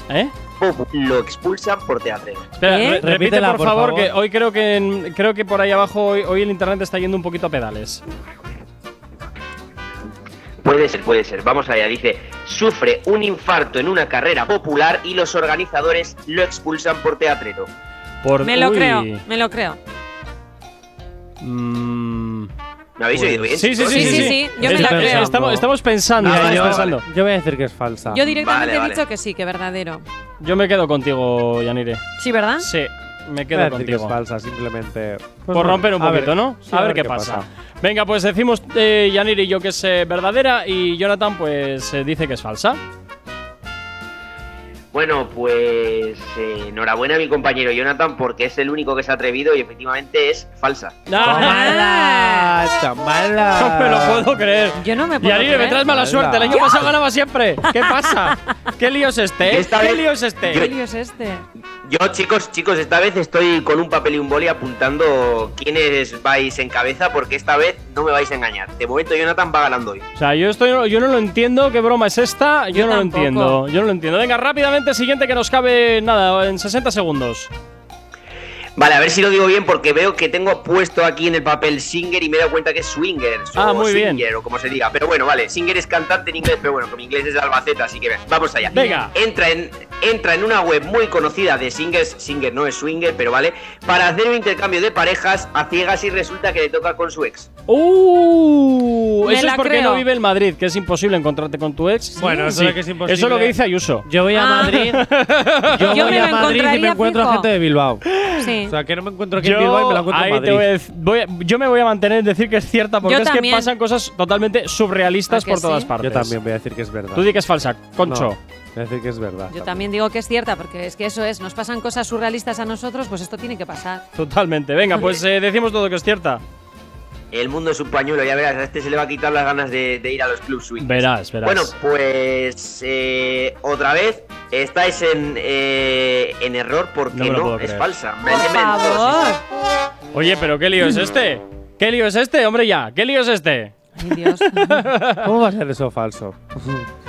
Speaker 2: ¿Eh?
Speaker 7: pop, lo expulsan por teatrero.
Speaker 2: Espera,
Speaker 3: ¿Eh?
Speaker 2: re- repite
Speaker 4: Repítela,
Speaker 2: por,
Speaker 4: por
Speaker 2: favor,
Speaker 4: favor.
Speaker 2: que hoy creo que en- creo que por ahí abajo hoy, hoy el internet está yendo un poquito a pedales.
Speaker 7: Puede ser, puede ser. Vamos allá, dice, sufre un infarto en una carrera popular y los organizadores lo expulsan por teatrero.
Speaker 2: Por-
Speaker 3: Me lo
Speaker 2: uy.
Speaker 3: creo, me lo creo.
Speaker 2: Mm.
Speaker 7: ¿Me habéis oído bien?
Speaker 2: Pues Sí, sí, sí,
Speaker 7: chicos?
Speaker 2: sí,
Speaker 3: Sí, sí, sí, yo me la
Speaker 2: Estamos-
Speaker 3: creo.
Speaker 2: Estamos, estamos pensando,
Speaker 7: Ah,
Speaker 2: estamos
Speaker 7: yo-
Speaker 2: pensando.
Speaker 4: Yo voy a decir que es falsa.
Speaker 3: Yo directamente
Speaker 7: Vale, vale.
Speaker 3: he dicho que sí, que verdadero.
Speaker 2: Yo me quedo contigo, Yanire.
Speaker 3: Sí, ¿verdad?
Speaker 2: Sí, me
Speaker 4: Voy a
Speaker 2: quedo
Speaker 4: decir que es
Speaker 2: contigo.
Speaker 4: falsa, simplemente. Pues
Speaker 2: Por
Speaker 4: no,
Speaker 2: romper un
Speaker 4: a ver,
Speaker 2: poquito, ¿no?
Speaker 4: sí,
Speaker 2: a, ver qué, pasa. Venga, pues decimos eh, Yanire y yo que es eh, verdadera y Jonathan pues eh, dice que es falsa.
Speaker 7: Bueno, pues eh, enhorabuena a mi compañero Jonathan porque es el único que se ha atrevido y efectivamente es falsa.
Speaker 4: ¡Tómala! ¡Tómala!
Speaker 2: Ah, (laughs) No me lo puedo creer.
Speaker 3: Ah. Yo no me puedo
Speaker 2: Yanire, me
Speaker 3: creer.
Speaker 2: traes mala
Speaker 4: Hala.
Speaker 2: suerte. El año pasado ganaba siempre. ¿Qué pasa? ¿Qué lío es este? eh?
Speaker 7: Esta
Speaker 2: ¿Qué
Speaker 7: vez-
Speaker 2: lío es este?
Speaker 3: ¿Qué lío es este?
Speaker 7: Yo, chicos, chicos, esta vez estoy con un papel y un boli apuntando quiénes vais en cabeza porque esta vez no me vais a engañar. De momento Jonathan va ganando hoy.
Speaker 2: O sea, yo estoy, yo no lo entiendo, qué broma es esta, yo,
Speaker 3: Yo
Speaker 2: no
Speaker 3: tampoco.
Speaker 2: lo entiendo, yo no lo entiendo. Venga, rápidamente, siguiente que nos cabe nada, en 60 segundos.
Speaker 7: Vale, a ver si lo digo bien porque veo que tengo puesto aquí en el papel Singer y me he dado cuenta que es Swinger.
Speaker 2: Ah,
Speaker 7: o
Speaker 2: muy bien.
Speaker 7: swinger, o como se diga. Pero bueno, vale, Singer es cantante en inglés, pero bueno, que mi inglés es de Albacete, así que ve- vamos allá.
Speaker 2: Venga.
Speaker 7: Entra en, entra en una web muy conocida de Singers, Singer no es Swinger, pero vale, para hacer un intercambio de parejas a ciegas y resulta que le toca con su ex.
Speaker 2: ¡Uh!
Speaker 3: Me
Speaker 2: Eso es
Speaker 3: la
Speaker 2: porque
Speaker 3: creo.
Speaker 2: no vive en Madrid, que es imposible encontrarte con tu ex.
Speaker 4: Bueno, eso
Speaker 2: Sí.
Speaker 4: es que es imposible.
Speaker 2: Eso es lo que dice Ayuso.
Speaker 4: Yo voy a
Speaker 3: Ah. (laughs)
Speaker 4: Madrid. Yo,
Speaker 3: Yo
Speaker 4: voy
Speaker 3: me
Speaker 4: a
Speaker 3: lo
Speaker 4: Madrid y me
Speaker 3: encontraría
Speaker 4: encuentro
Speaker 3: fijo.
Speaker 4: a gente de Bilbao.
Speaker 3: Sí.
Speaker 4: O sea, que no me encuentro aquí en Bilbao y me la encuentro
Speaker 2: ahí
Speaker 4: en
Speaker 2: te voy a
Speaker 4: Madrid.
Speaker 2: dec- voy a- yo me voy a mantener en decir que es cierta, porque
Speaker 3: Yo
Speaker 2: es que
Speaker 3: también.
Speaker 2: pasan cosas totalmente surrealistas
Speaker 3: ¿A que
Speaker 2: por todas
Speaker 3: sí?
Speaker 2: partes.
Speaker 4: Yo también voy a decir que es verdad.
Speaker 2: Tú di que es falsa, Concho.
Speaker 4: No, voy a decir que es verdad.
Speaker 3: Yo también digo que es cierta, porque es que eso es, nos pasan cosas surrealistas a nosotros, pues esto tiene que pasar.
Speaker 2: Totalmente. Venga,
Speaker 4: (laughs)
Speaker 2: pues eh, decimos todo que es cierta.
Speaker 7: El mundo es un pañuelo, ya verás, a este se le va a quitar las ganas de, de ir a los clubs swing.
Speaker 2: Verás, verás.
Speaker 7: Bueno, pues eh, otra vez estáis en, eh, en error
Speaker 2: No
Speaker 7: porque
Speaker 2: me lo
Speaker 7: no,
Speaker 2: puedo
Speaker 7: es
Speaker 2: creer.
Speaker 7: falsa. Me
Speaker 3: Por
Speaker 7: demen dos.
Speaker 3: favor.
Speaker 2: Oye, pero ¿qué lío es este? ¿Qué lío es este, hombre ya? ¿Qué lío es este?
Speaker 3: Ay, Dios.
Speaker 4: ¿Cómo va a ser eso falso?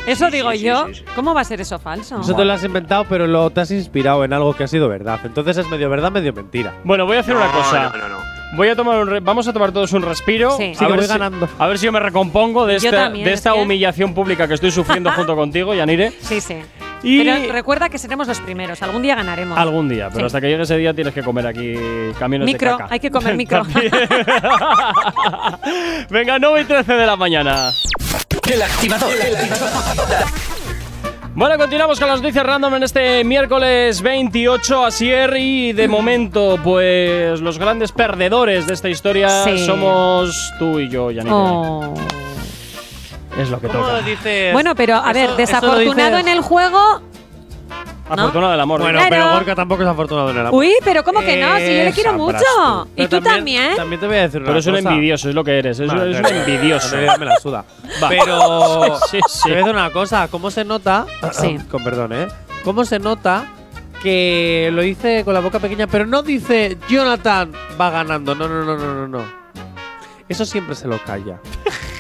Speaker 3: Eso
Speaker 7: Sí, sí,
Speaker 3: digo
Speaker 7: sí,
Speaker 3: yo.
Speaker 7: sí, sí.
Speaker 3: ¿Cómo va a ser eso falso?
Speaker 4: Eso te lo has inventado, pero lo te has inspirado en algo que ha sido verdad. Entonces es medio verdad, medio mentira.
Speaker 2: Bueno, voy a hacer una
Speaker 7: No,
Speaker 2: cosa.
Speaker 7: No, no, no.
Speaker 2: Voy a tomar un re- vamos a tomar todos un respiro.
Speaker 3: Sí.
Speaker 4: Sí,
Speaker 2: a,
Speaker 4: que
Speaker 2: ver
Speaker 4: voy
Speaker 2: si,
Speaker 4: ganando.
Speaker 2: a ver si yo me recompongo de
Speaker 3: Yo
Speaker 2: esta,
Speaker 3: también,
Speaker 2: de
Speaker 3: es
Speaker 2: esta
Speaker 3: que-
Speaker 2: humillación pública que estoy sufriendo
Speaker 3: (laughs)
Speaker 2: junto contigo, Yanire.
Speaker 3: Sí, sí.
Speaker 2: Y-
Speaker 3: Pero recuerda que seremos los primeros. Algún día ganaremos.
Speaker 2: Algún día, pero
Speaker 3: Sí.
Speaker 2: hasta que llegue ese día tienes que comer aquí camiones de
Speaker 3: Micro,
Speaker 2: caca.
Speaker 3: hay que comer micro.
Speaker 2: (laughs) También. Venga, 9 y 13 de la mañana.
Speaker 1: El activador.
Speaker 2: Bueno, continuamos con las noticias random en este miércoles 28 Asier y de momento, pues los grandes perdedores de esta historia
Speaker 3: Sí.
Speaker 2: somos tú y yo, Yanire.
Speaker 3: Oh.
Speaker 2: Es lo que toca.
Speaker 4: dices?
Speaker 3: Bueno, pero a ver, desafortunado en el juego.
Speaker 2: Afortunado del amor.
Speaker 4: Bueno,
Speaker 3: Claro.
Speaker 4: pero Gorka tampoco es afortunado en el amor.
Speaker 3: Uy, pero ¿cómo que no? Si yo le
Speaker 4: Eh,
Speaker 3: quiero
Speaker 4: sabrás
Speaker 3: mucho. Y
Speaker 4: Pero
Speaker 3: tú también.
Speaker 4: También te voy a decir una
Speaker 2: pero es un
Speaker 4: cosa.
Speaker 2: envidioso, es lo que eres. Es,
Speaker 4: Vale,
Speaker 2: es un
Speaker 4: claro.
Speaker 2: envidioso.
Speaker 4: La realidad me la suda.
Speaker 2: Va.
Speaker 4: Pero
Speaker 2: (laughs) Sí, sí.
Speaker 4: te voy a decir una cosa, ¿cómo se nota?
Speaker 3: Sí.
Speaker 4: (coughs) Con perdón, ¿eh? ¿Cómo se nota que lo dice con la boca pequeña, pero no dice Jonathan va ganando? No, no, no, no, no, no. Eso siempre se lo calla.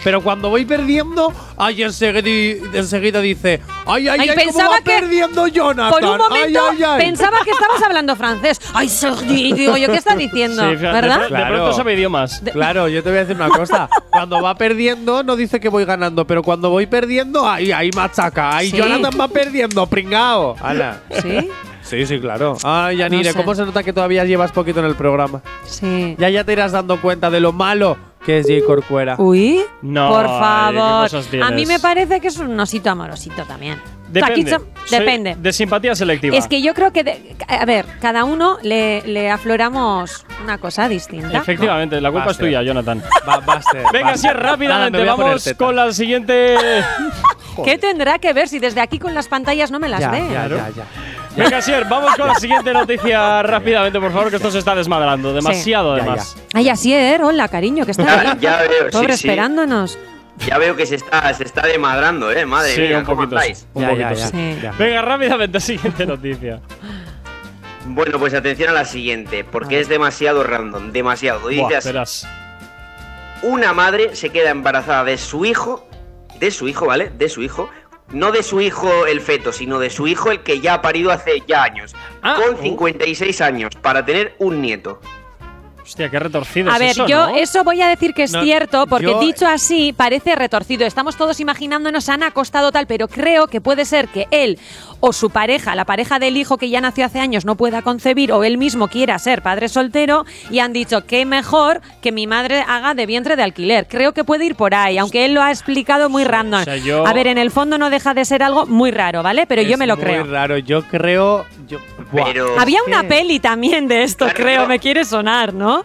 Speaker 4: Pero cuando voy perdiendo, ay, enseguida, enseguida dice, ay, ay,
Speaker 3: Ay,
Speaker 4: ay, ¿cómo
Speaker 3: pensaba
Speaker 4: va
Speaker 3: que-
Speaker 4: perdiendo Jonathan?
Speaker 3: Por un momento
Speaker 4: ay, ay, ay.
Speaker 3: pensaba que estabas hablando francés. Ay, Sergi, y digo yo, ¿qué está diciendo?
Speaker 2: Sí, fíjate, De,
Speaker 3: ¿Verdad?
Speaker 2: pronto- de
Speaker 4: Claro.
Speaker 2: pronto sabe idiomas.
Speaker 4: Claro, yo te voy a decir una cosa. Cuando va perdiendo, no dice que voy ganando, pero cuando voy perdiendo, ahí, ahí machaca. Ahí
Speaker 3: Sí.
Speaker 4: Jonathan va perdiendo, pringao. Ala.
Speaker 3: Sí,
Speaker 4: Sí, sí, claro. Ay, Yanire,
Speaker 3: sé.
Speaker 4: ¿cómo se nota que todavía llevas poquito en el programa?
Speaker 3: sí.
Speaker 4: Ya ya te irás dando cuenta de lo malo que es J. Corcuera.
Speaker 3: Uy,
Speaker 2: No,
Speaker 3: por
Speaker 2: ay, ¿qué
Speaker 3: favor.
Speaker 2: cosas tienes?
Speaker 3: A mí me parece que es un osito amorosito también. Aquí
Speaker 2: Depende.
Speaker 3: son-
Speaker 2: Soy
Speaker 3: depende.
Speaker 2: De simpatía selectiva.
Speaker 3: Es que yo creo que, de- a ver, cada uno le, le afloramos una cosa distinta.
Speaker 2: Efectivamente, la culpa
Speaker 4: Va a
Speaker 2: es tuya,
Speaker 4: ser. (laughs)
Speaker 2: Jonathan.
Speaker 4: Va, va a ser. va
Speaker 2: Venga,
Speaker 4: a
Speaker 2: sí,
Speaker 4: ser.
Speaker 2: rápidamente,
Speaker 4: Ah, Nada, me voy a poner
Speaker 2: vamos
Speaker 4: teta.
Speaker 2: con la siguiente.
Speaker 4: (laughs)
Speaker 3: ¿Qué tendrá que ver si desde aquí con las pantallas no me las
Speaker 4: Ya,
Speaker 3: ve?
Speaker 4: ya, ya, ya.
Speaker 2: Venga, Sier, vamos con la siguiente noticia rápidamente, por favor, que esto se está desmadrando. Demasiado,
Speaker 4: Ya,
Speaker 2: además.
Speaker 3: Ay, así es, hola, cariño, que está
Speaker 7: (laughs) Ya,
Speaker 3: ahí.
Speaker 7: ya veo, sí,
Speaker 3: Pobre,
Speaker 7: sí.
Speaker 3: esperándonos.
Speaker 7: Ya veo que se está, se está demadrando, eh. Madre
Speaker 2: Sí,
Speaker 7: mía,
Speaker 2: un
Speaker 7: ¿cómo
Speaker 2: poquito.
Speaker 7: andáis?
Speaker 2: Un
Speaker 4: Ya,
Speaker 2: poquito.
Speaker 4: ya,
Speaker 2: sí.
Speaker 3: sí.
Speaker 4: ya.
Speaker 2: Venga, rápidamente, (laughs) siguiente noticia.
Speaker 7: Bueno, pues atención a la siguiente, porque es demasiado random, demasiado. Y
Speaker 2: Ah. Buah,
Speaker 7: dice así,
Speaker 2: verás.
Speaker 7: una madre se queda embarazada de su hijo, de su hijo, ¿vale? De su hijo. No de su hijo el feto, sino de su hijo el que ya ha parido hace ya años.
Speaker 2: Ah,
Speaker 7: con
Speaker 2: uh.
Speaker 7: 56 años, para tener un nieto.
Speaker 2: Hostia, qué retorcido
Speaker 3: A
Speaker 2: es
Speaker 3: ver,
Speaker 2: eso,
Speaker 3: yo
Speaker 2: ¿no?
Speaker 3: eso voy a decir que es
Speaker 8: No,
Speaker 3: cierto, porque
Speaker 8: yo-
Speaker 3: dicho así parece retorcido. Estamos todos imaginándonos a Ana acostado tal, pero creo que puede ser que él o su pareja, la pareja del hijo que ya nació hace años, no pueda concebir o él mismo quiera ser padre soltero y han dicho que mejor que mi madre haga de vientre de alquiler. Creo que puede ir por ahí, aunque él lo ha explicado muy random.
Speaker 2: o sea, yo-
Speaker 3: A ver, en el fondo no deja de ser algo muy raro, ¿vale? Pero yo
Speaker 8: Es
Speaker 3: me lo
Speaker 8: muy
Speaker 3: creo.
Speaker 8: raro, yo creo. yo- Buah.
Speaker 7: Pero.
Speaker 3: Había una peli también de esto,
Speaker 7: Claro,
Speaker 3: creo,
Speaker 7: pero-
Speaker 3: me quiere sonar, ¿no?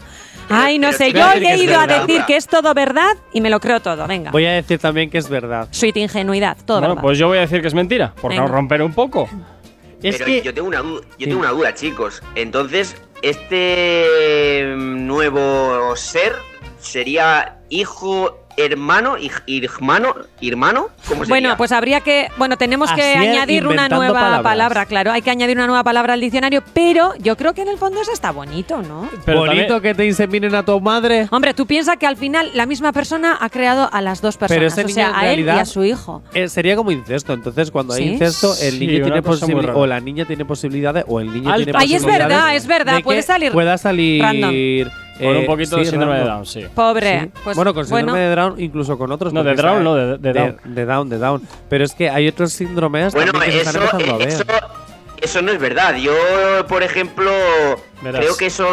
Speaker 7: Pero-
Speaker 3: Ay, no
Speaker 7: pero
Speaker 3: sé,
Speaker 7: tú
Speaker 3: yo
Speaker 7: vas a decir
Speaker 3: he
Speaker 7: que es
Speaker 3: ido a
Speaker 7: verdad.
Speaker 3: decir que es todo verdad y me lo creo todo, venga.
Speaker 8: Voy a decir también que es verdad.
Speaker 3: Sweet ingenuidad, todo
Speaker 2: Bueno,
Speaker 3: verdad.
Speaker 2: pues yo voy a decir que es mentira, por no
Speaker 3: Venga.
Speaker 2: romper un poco.
Speaker 8: Es
Speaker 7: Pero
Speaker 8: que.
Speaker 7: yo tengo una duda, yo tengo una duda, chicos. Entonces, este mm, nuevo ser sería hijo, hermano, hij- hermano, hermano, ¿cómo sería?
Speaker 3: bueno, pues habría que, bueno, tenemos que
Speaker 8: Asier
Speaker 3: añadir una
Speaker 8: inventando
Speaker 3: nueva
Speaker 8: palabras.
Speaker 3: palabra, claro, hay que añadir una nueva palabra al diccionario, pero yo creo que en el fondo eso está bonito, ¿no?
Speaker 2: Pero
Speaker 8: bonito
Speaker 2: también-
Speaker 8: que te inseminen a tu madre.
Speaker 3: Hombre, tú piensas que al final la misma persona ha creado a las dos
Speaker 8: Pero
Speaker 3: personas,
Speaker 8: ese
Speaker 3: o
Speaker 8: niño
Speaker 3: sea,
Speaker 8: en
Speaker 3: a él y
Speaker 8: realidad-
Speaker 3: a su hijo.
Speaker 8: Eh, sería como incesto. Entonces, cuando hay
Speaker 3: ¿Sí?
Speaker 8: incesto, el
Speaker 2: Sí,
Speaker 8: niño
Speaker 2: una
Speaker 8: tiene
Speaker 2: cosa muy
Speaker 8: posibilidades.
Speaker 2: rara.
Speaker 8: O la niña tiene posibilidades. O el niño
Speaker 2: Alta.
Speaker 8: tiene
Speaker 2: Ay,
Speaker 8: posibilidades.
Speaker 2: es
Speaker 3: verdad, es verdad,
Speaker 8: de que
Speaker 3: puede salir
Speaker 8: Pueda salir.
Speaker 3: random.
Speaker 2: Con un
Speaker 8: eh,
Speaker 2: poquito
Speaker 8: sí,
Speaker 2: de síndrome de
Speaker 8: random.
Speaker 2: Down, sí.
Speaker 3: Pobre,
Speaker 8: Sí.
Speaker 3: pues
Speaker 8: bueno, con síndrome
Speaker 3: bueno,
Speaker 8: de Down, incluso con otros.
Speaker 2: No, de
Speaker 8: porque
Speaker 2: Down
Speaker 8: está- eh,
Speaker 2: no, de- de Down.
Speaker 8: De, Down, de Down. Pero es que hay otros síndromes
Speaker 7: Bueno,
Speaker 8: también que se
Speaker 7: eso, eh,
Speaker 8: están empezando a ver.
Speaker 7: eso, eso no es verdad. Yo, por ejemplo,
Speaker 2: Verás.
Speaker 7: creo que eso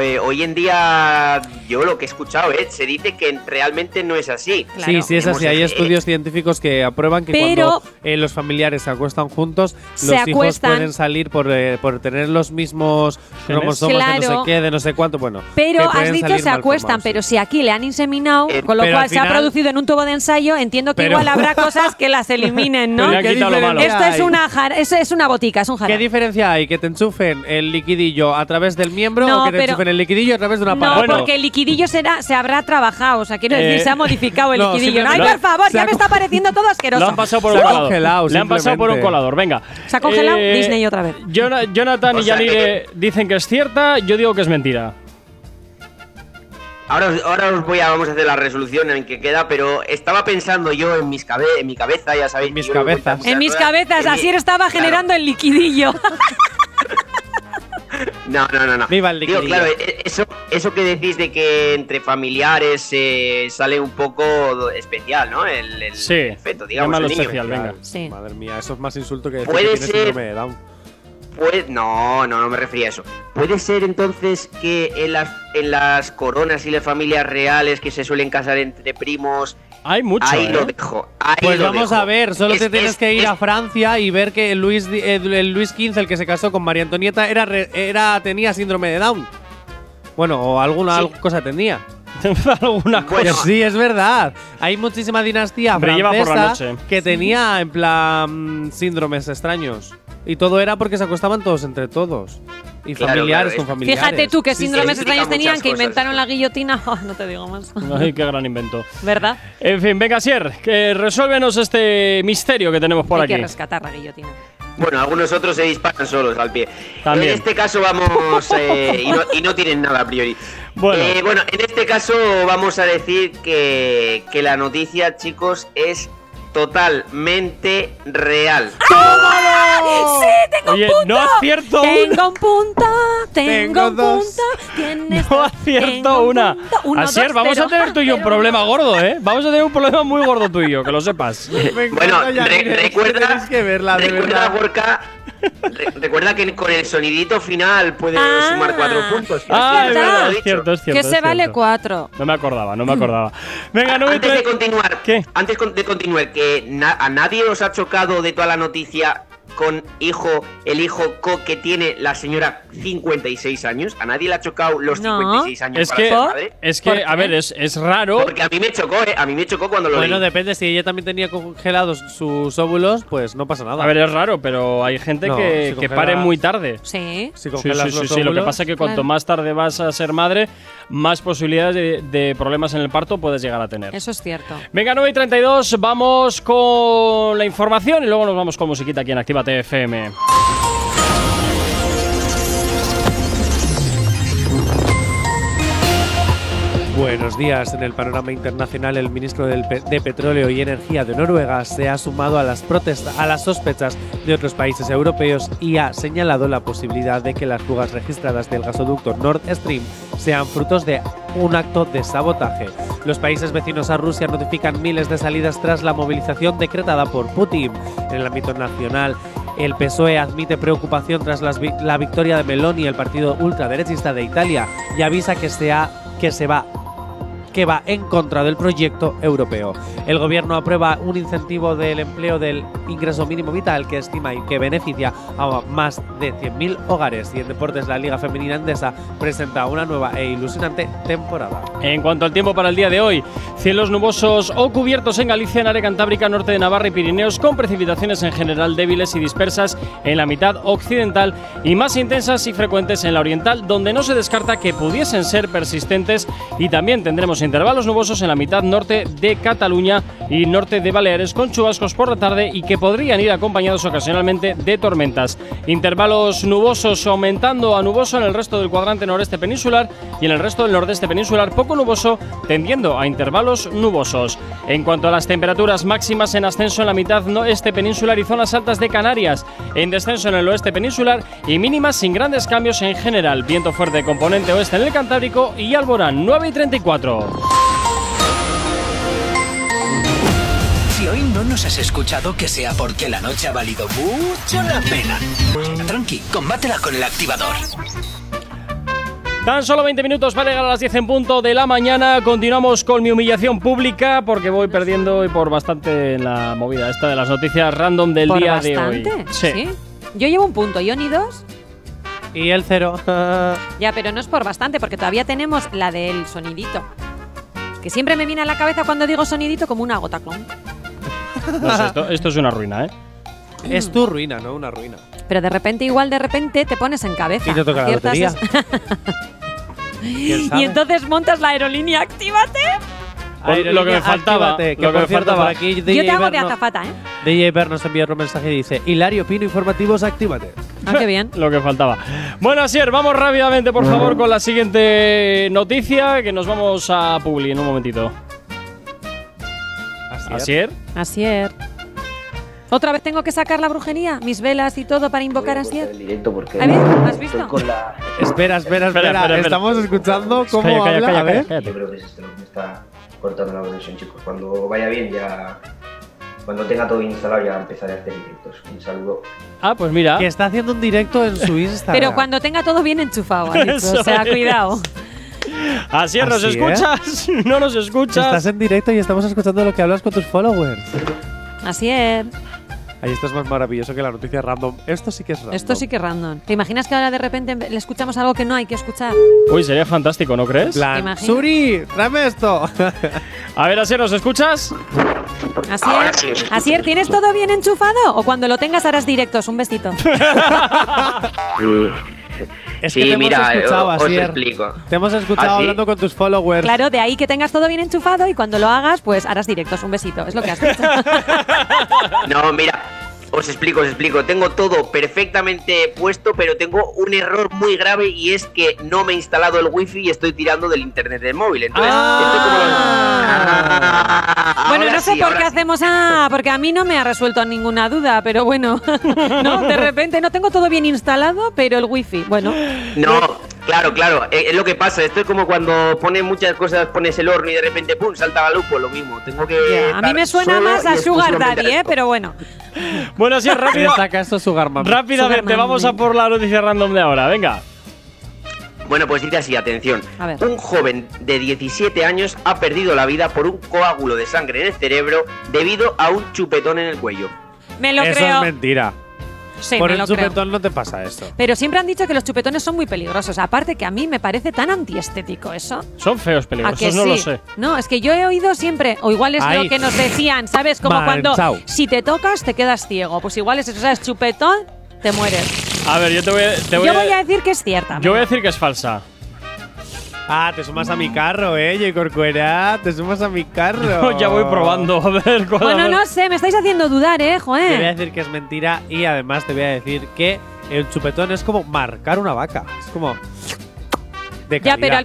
Speaker 7: eh, hoy en día, yo lo que he escuchado, eh, se dice que realmente no es así.
Speaker 3: Claro.
Speaker 8: Sí, sí, es así. Hay
Speaker 7: Hemos-
Speaker 8: estudios científicos que aprueban que
Speaker 3: Pero-
Speaker 8: cuando eh, los familiares se acuestan juntos,
Speaker 3: Se
Speaker 8: los hijos
Speaker 3: acuestan.
Speaker 8: pueden salir por, eh, por tener los mismos
Speaker 2: Genes.
Speaker 8: cromosomas de
Speaker 3: Claro.
Speaker 8: no sé qué, de no sé cuánto. Bueno, que
Speaker 3: Pero has
Speaker 8: pueden
Speaker 3: dicho
Speaker 8: salir
Speaker 3: se
Speaker 8: mal
Speaker 3: acuestan,
Speaker 8: formados.
Speaker 3: pero si aquí le han inseminado,
Speaker 7: Eh,
Speaker 3: con lo
Speaker 8: pero
Speaker 3: cual
Speaker 8: al
Speaker 3: se ha
Speaker 8: final-
Speaker 3: producido en un tubo de ensayo, entiendo que
Speaker 8: Pero-
Speaker 3: igual
Speaker 8: (laughs)
Speaker 3: habrá cosas que las eliminen, ¿no?
Speaker 2: Pero ya
Speaker 8: ¿Qué
Speaker 2: han quitado lo malo.
Speaker 8: diferencia
Speaker 3: Esto es
Speaker 8: hay?
Speaker 3: una, jar- eso es una botica, es un
Speaker 8: ¿Qué
Speaker 3: jarabe.
Speaker 8: diferencia hay? ¿Que te enchufen el liquidillo a través del miembro
Speaker 3: No,
Speaker 8: o que te
Speaker 3: pero-
Speaker 8: enchufen el liquidillo a través de una
Speaker 3: No,
Speaker 8: pala?
Speaker 2: Bueno.
Speaker 3: porque el liquidillo será, se habrá trabajado, o sea, quiero decir,
Speaker 2: Eh,
Speaker 3: se ha modificado el
Speaker 8: no,
Speaker 3: liquidillo. Ay,
Speaker 8: simplemente-
Speaker 3: por favor,
Speaker 8: se
Speaker 3: ya
Speaker 8: ha
Speaker 3: me
Speaker 8: co-
Speaker 3: está pareciendo
Speaker 8: (laughs)
Speaker 3: todo asqueroso.
Speaker 2: Lo han pasado por
Speaker 8: Se
Speaker 2: un
Speaker 8: ha
Speaker 2: colador.
Speaker 8: congelado,
Speaker 2: Le han pasado por un
Speaker 8: simplemente.
Speaker 2: colador, venga. Eh,
Speaker 3: Se ha congelado Disney otra vez.
Speaker 2: Jona- Jonathan
Speaker 7: O
Speaker 2: y
Speaker 7: sea, eh,
Speaker 2: Yanire dicen que es cierta, yo digo que es mentira.
Speaker 7: Ahora, os- ahora os voy a vamos a hacer la resolución en que queda, pero estaba pensando yo en mis cabe, en mi cabeza, ya sabéis.
Speaker 8: En
Speaker 7: que
Speaker 8: mis
Speaker 7: yo me cuento
Speaker 8: cabezas.
Speaker 7: muchas
Speaker 3: en mis
Speaker 7: cosas.
Speaker 3: cabezas,
Speaker 7: En mi-
Speaker 3: Asier estaba
Speaker 7: Claro.
Speaker 3: generando el
Speaker 8: (laughs)
Speaker 3: liquidillo.
Speaker 7: No, no, no, no.
Speaker 8: Viva el
Speaker 7: Digo,
Speaker 8: liquidillo.
Speaker 7: claro, e- eso, eso que decís de que entre familiares eh, sale un poco do- especial, ¿no? El, el
Speaker 2: Sí.
Speaker 7: feto, digamos.
Speaker 2: Llámalo
Speaker 7: el niño.
Speaker 2: especial, venga.
Speaker 3: Sí.
Speaker 8: Madre mía, eso es más insulto que decir
Speaker 7: Puede
Speaker 8: que tienes
Speaker 7: ser.
Speaker 8: síndrome de Down.
Speaker 7: Pues, no, no, no me refería a eso. ¿Puede ser entonces que en las, en las coronas y las familias reales que se suelen casar entre primos,
Speaker 2: Hay mucho.
Speaker 7: ahí
Speaker 2: ¿eh?
Speaker 7: lo dejo? ahí
Speaker 8: Pues
Speaker 7: lo
Speaker 8: vamos
Speaker 7: dejo.
Speaker 8: a ver, solo
Speaker 7: Es-
Speaker 8: te tienes
Speaker 7: es-
Speaker 8: que ir
Speaker 7: es-
Speaker 8: a Francia y ver que Luis, di- eh, el Luis XV, el que se casó con María Antonieta, era, re- era tenía síndrome de Down. Bueno, o alguna
Speaker 7: Sí.
Speaker 8: algo- cosa tenía.
Speaker 2: (laughs) Alguna cosa.
Speaker 7: (laughs) Bueno.
Speaker 8: Pues sí, es verdad. Hay muchísima dinastía
Speaker 2: Hombre, lleva
Speaker 8: francesa
Speaker 2: por la noche.
Speaker 8: que tenía en plan síndromes extraños. Y todo era porque se acostaban todos entre todos. Y
Speaker 7: Claro,
Speaker 8: familiares
Speaker 7: claro,
Speaker 8: con
Speaker 7: es-
Speaker 8: familiares.
Speaker 3: Fíjate tú qué
Speaker 7: Sí, sí,
Speaker 3: síndromes
Speaker 7: explica
Speaker 3: extraños tenían
Speaker 7: muchas
Speaker 3: que
Speaker 7: cosas.
Speaker 3: inventaron la guillotina. (laughs) Oh, no te digo más.
Speaker 2: Ay, qué gran invento.
Speaker 3: ¿Verdad?
Speaker 2: En fin, venga, Sier, que resuélvenos este misterio que tenemos por
Speaker 3: Hay que
Speaker 2: aquí.
Speaker 3: rescatar la guillotina.
Speaker 7: Bueno, algunos otros se disparan solos al pie.
Speaker 2: También.
Speaker 7: En este caso vamos... eh, y, no, y no tienen nada a priori.
Speaker 2: Bueno.
Speaker 7: Eh, bueno, en este caso vamos a decir que, que la noticia, chicos, es totalmente real.
Speaker 2: Oye, no acierto una.
Speaker 3: Tengo un punto,
Speaker 8: Tengo
Speaker 3: tengo un
Speaker 8: dos.
Speaker 3: punto, tienes
Speaker 2: (laughs) No
Speaker 3: dos, tengo
Speaker 2: acierto
Speaker 3: un
Speaker 2: una.
Speaker 3: punto. Uno,
Speaker 2: Asier,
Speaker 3: dos,
Speaker 2: vamos a
Speaker 3: cero.
Speaker 2: tener tú y yo un
Speaker 3: Pero-
Speaker 2: problema gordo, ¿eh? Vamos a tener un problema muy gordo tú y yo, que lo sepas.
Speaker 7: Bueno, re- recuerda...
Speaker 8: Tienes que verla, de
Speaker 7: recuerda,
Speaker 8: verdad.
Speaker 7: Gorka, re- recuerda que con el sonidito final puedes
Speaker 3: Ah.
Speaker 7: sumar cuatro puntos.
Speaker 2: Ah, es
Speaker 7: Siempre
Speaker 2: verdad,
Speaker 7: lo he
Speaker 2: es
Speaker 7: dicho.
Speaker 2: cierto, es cierto.
Speaker 3: Que
Speaker 2: es
Speaker 3: se vale
Speaker 2: cierto.
Speaker 3: cuatro.
Speaker 2: No me acordaba, no me
Speaker 8: (laughs)
Speaker 2: acordaba. Venga, no me
Speaker 7: Antes de
Speaker 2: traes-
Speaker 7: continuar,
Speaker 2: ¿Qué?
Speaker 7: antes con- de continuar, que na- a nadie os ha chocado de toda la noticia con hijo, el hijo co que tiene la señora 56 años. A nadie le ha chocado los
Speaker 3: No.
Speaker 7: 56 años
Speaker 2: Es
Speaker 7: para
Speaker 2: que,
Speaker 7: ser madre.
Speaker 2: es que, a ver, es, es raro.
Speaker 7: Porque a mí me chocó, eh, a mí me chocó cuando lo
Speaker 8: Bueno,
Speaker 7: leí.
Speaker 8: depende. Si ella también tenía congelados sus óvulos, pues no pasa nada.
Speaker 2: A ver, es raro, pero hay gente
Speaker 8: No,
Speaker 2: que,
Speaker 8: si
Speaker 2: que
Speaker 8: congela-
Speaker 2: pare muy tarde.
Speaker 3: Sí.
Speaker 8: si
Speaker 2: Sí,
Speaker 8: congelas
Speaker 2: sí, sí,
Speaker 8: los
Speaker 2: sí, Lo que
Speaker 8: óvulos-
Speaker 2: pasa es que cuanto
Speaker 3: Claro.
Speaker 2: más tarde vas a ser madre, más posibilidades de, de problemas en el parto puedes llegar a tener.
Speaker 3: Eso es cierto.
Speaker 2: Venga, 9 y 32, vamos con la información y luego nos vamos con musiquita aquí en Activa FM.
Speaker 4: Buenos días. En el panorama internacional, el ministro del Pe- de Petróleo y Energía de Noruega se ha sumado a las, protestas, a las sospechas de otros países europeos y ha señalado la posibilidad de que las fugas registradas del gasoducto Nord Stream sean frutos de un acto de sabotaje. Los países vecinos a Rusia notifican miles de salidas tras la movilización decretada por Putin. En el ámbito nacional, el PSOE E admite preocupación tras las vi- la victoria de Meloni, el partido ultraderechista de Italia, y avisa que se, ha- que se va que va en contra del proyecto europeo. El gobierno aprueba un incentivo del empleo del ingreso mínimo vital que estima y que beneficia a más de 100.000 hogares. Y en deportes, la Liga Femenina Andesa presenta una nueva e ilusionante temporada.
Speaker 2: En cuanto al tiempo para el día de hoy, cielos nubosos o cubiertos en Galicia, en área cantábrica, norte de Navarra y Pirineos, con precipitaciones en general débiles y dispersas en la mitad occidental y más intensas y frecuentes en la oriental, donde no se descarta que pudiesen ser persistentes y también tendremos intervalos nubosos en la mitad norte de Cataluña y norte de Baleares con chubascos por la tarde y que podrían ir acompañados ocasionalmente de tormentas. Intervalos nubosos aumentando a nuboso en el resto del cuadrante noreste peninsular y en el resto del nordeste peninsular poco nuboso tendiendo a intervalos nubosos. En cuanto a las temperaturas máximas en ascenso en la mitad noreste peninsular y zonas altas de Canarias, en descenso en el oeste peninsular y mínimas sin grandes cambios en general. Viento fuerte componente oeste en el Cantábrico y Alborán 9 y 34.
Speaker 1: Si hoy no nos has escuchado, que sea porque la noche ha valido mucho la pena. Tranqui, combátela con el activador.
Speaker 2: Tan solo 20 minutos para llegar a las 10 en punto de la mañana. Continuamos con mi humillación pública porque voy perdiendo y por bastante en la movida esta de las noticias random del
Speaker 3: Por
Speaker 2: día
Speaker 3: bastante.
Speaker 2: de hoy.
Speaker 3: Sí. Yo llevo un punto, yo ni dos.
Speaker 4: Y el cero. (laughs)
Speaker 3: Ya, pero no es por bastante, porque todavía tenemos la del sonidito. Que siempre me viene a la cabeza cuando digo sonidito como una gota clon.
Speaker 2: No sé, esto, esto es una ruina, ¿eh?
Speaker 4: es tu ruina, no una ruina.
Speaker 3: Pero de repente, igual de repente, te pones en cabeza.
Speaker 4: Y te toca la
Speaker 3: Aciertas
Speaker 4: lotería.
Speaker 3: es-
Speaker 4: ¿Quién
Speaker 3: (laughs)
Speaker 4: sabe?
Speaker 3: y entonces montas la aerolínea, actívate.
Speaker 4: Aerolínea,
Speaker 2: Lo que me faltaba,
Speaker 4: actívate,
Speaker 2: lo que
Speaker 4: por
Speaker 2: me
Speaker 4: cierto,
Speaker 2: faltaba.
Speaker 4: por aquí
Speaker 3: Yo
Speaker 4: DJ
Speaker 3: te hago de
Speaker 4: Berno-
Speaker 3: azafata, ¿eh?
Speaker 4: DJ Ver nos envía otro mensaje y dice: Hilario Pino Informativos, actívate.
Speaker 3: Ah, qué bien.
Speaker 2: Lo que faltaba. Bueno, Asier, vamos rápidamente, por favor, con la siguiente noticia que nos vamos a Publi en un momentito. Asier.
Speaker 3: Así es. ¿Otra vez tengo que sacar la brujería? Mis velas y todo para invocar a Asier.
Speaker 7: directo porque
Speaker 3: A ver, ¿has visto?
Speaker 7: la.
Speaker 4: Espera, espera, espera.
Speaker 2: espera, espera.
Speaker 4: Estamos escuchando cómo
Speaker 2: Calla, calla,
Speaker 4: habla.
Speaker 2: calla,
Speaker 4: a ver.
Speaker 2: calla,
Speaker 7: Yo
Speaker 2: cállate.
Speaker 7: creo que es esto lo que me está cortando la conexión, chicos. Cuando vaya bien ya. Cuando tenga todo instalado ya empezaré a hacer directos. Un saludo.
Speaker 2: Ah, pues mira.
Speaker 4: Que está haciendo un directo
Speaker 3: (laughs)
Speaker 4: en su Instagram.
Speaker 3: Pero cuando tenga todo bien
Speaker 2: (laughs)
Speaker 3: enchufado, ha dicho.
Speaker 2: Eso
Speaker 3: o sea,
Speaker 2: es.
Speaker 3: cuidado.
Speaker 2: Asier, ¿nos
Speaker 4: Asier.
Speaker 2: escuchas? (laughs) ¿No nos escuchas?
Speaker 4: Estás en directo y estamos escuchando lo que hablas con tus followers.
Speaker 3: Así es.
Speaker 4: Ahí esto es más maravilloso que la noticia random. Esto sí que es random.
Speaker 3: Esto sí que es random. ¿Te imaginas que ahora de repente le escuchamos algo que no hay que escuchar?
Speaker 2: Uy, sería fantástico, ¿no crees?
Speaker 3: ¿Te
Speaker 4: Plan,
Speaker 3: imaginas?
Speaker 4: Suri, tráeme
Speaker 7: (laughs)
Speaker 4: esto.
Speaker 2: A ver, Asier, ¿nos escuchas?
Speaker 3: Asier, Asier, ¿tienes todo bien enchufado? O cuando lo tengas harás directos. Un
Speaker 2: (laughs)
Speaker 3: besito.
Speaker 4: es
Speaker 7: Sí, mira,
Speaker 4: hemos escuchado,
Speaker 7: eh, os
Speaker 4: Asier.
Speaker 7: explico. ¿Ah,
Speaker 4: Te hemos escuchado
Speaker 7: Así.
Speaker 4: hablando con tus followers.
Speaker 3: Claro, de ahí que tengas todo bien enchufado y cuando lo hagas, pues harás directos. Un besito. Es lo que
Speaker 2: (laughs)
Speaker 3: has dicho.
Speaker 7: No, mira, os explico, os explico. Tengo todo perfectamente puesto, pero tengo un error muy grave y es que no me he instalado el wifi y estoy tirando del internet del móvil. Entonces, estoy como los- Ah,
Speaker 3: bueno,
Speaker 7: ahora
Speaker 3: no sé
Speaker 7: sí,
Speaker 3: por
Speaker 7: ahora
Speaker 3: qué
Speaker 7: sí.
Speaker 3: hacemos. Ah, porque a mí no me ha resuelto ninguna duda, pero bueno. (laughs) no, de repente no tengo todo bien instalado, pero el wifi. Bueno,
Speaker 7: No, claro, claro. eh, Es, lo que pasa. Esto es como cuando pones muchas cosas, pones el horno y de repente, ¡pum!, salta la luz. Pues lo mismo. Tengo que.
Speaker 3: ya, a mí
Speaker 7: estar
Speaker 3: me suena
Speaker 7: solo
Speaker 3: más
Speaker 7: y
Speaker 3: a Sugar
Speaker 7: exclusivamente
Speaker 3: Daddy,
Speaker 7: a
Speaker 3: ¿eh?
Speaker 7: esto.
Speaker 3: Pero bueno.
Speaker 2: Bueno,
Speaker 3: (laughs)
Speaker 2: Asier, rápido.
Speaker 4: Destaca esto Sugar Mami.
Speaker 2: Rápidamente,
Speaker 3: Superman.
Speaker 2: vamos a por la noticia random de ahora, venga.
Speaker 7: Bueno, pues dice así, atención.
Speaker 3: A ver.
Speaker 7: Un joven de 17 años ha perdido la vida por un coágulo de sangre en el cerebro debido a un chupetón en el cuello.
Speaker 3: Me lo
Speaker 4: Eso
Speaker 3: creo.
Speaker 4: es mentira.
Speaker 3: sí,
Speaker 4: Por
Speaker 3: me
Speaker 4: un
Speaker 3: lo creo.
Speaker 4: chupetón no te pasa esto.
Speaker 3: Pero siempre han dicho que los chupetones son muy peligrosos. Aparte que a mí me parece tan antiestético eso.
Speaker 2: Son feos
Speaker 3: ¿A
Speaker 2: peligrosos,
Speaker 3: que
Speaker 2: no lo
Speaker 3: sí?
Speaker 2: sé.
Speaker 3: No, es que yo he oído siempre, o igual es
Speaker 4: Ahí.
Speaker 3: lo que nos decían, ¿sabes? Como cuando
Speaker 4: Manchao.
Speaker 3: si te tocas te quedas ciego. Pues igual es eso, o sea, es chupetón, te mueres.
Speaker 2: A ver, yo te voy a, te voy
Speaker 3: yo
Speaker 2: a-
Speaker 3: voy a decir que es cierta.
Speaker 2: yo voy a decir que es falsa.
Speaker 4: Ah, te sumas a mi carro, eh, J. Corcuera. Te sumas a mi
Speaker 2: (laughs)
Speaker 4: carro.
Speaker 2: ya voy probando, a ver cuál.
Speaker 3: (laughs) bueno, no sé, me estáis haciendo dudar, ¿eh,
Speaker 4: Te voy a
Speaker 3: joder?
Speaker 4: decir que es mentira y además te voy a decir que el chupetón es como marcar una vaca. Es como. de
Speaker 3: Ya, pero al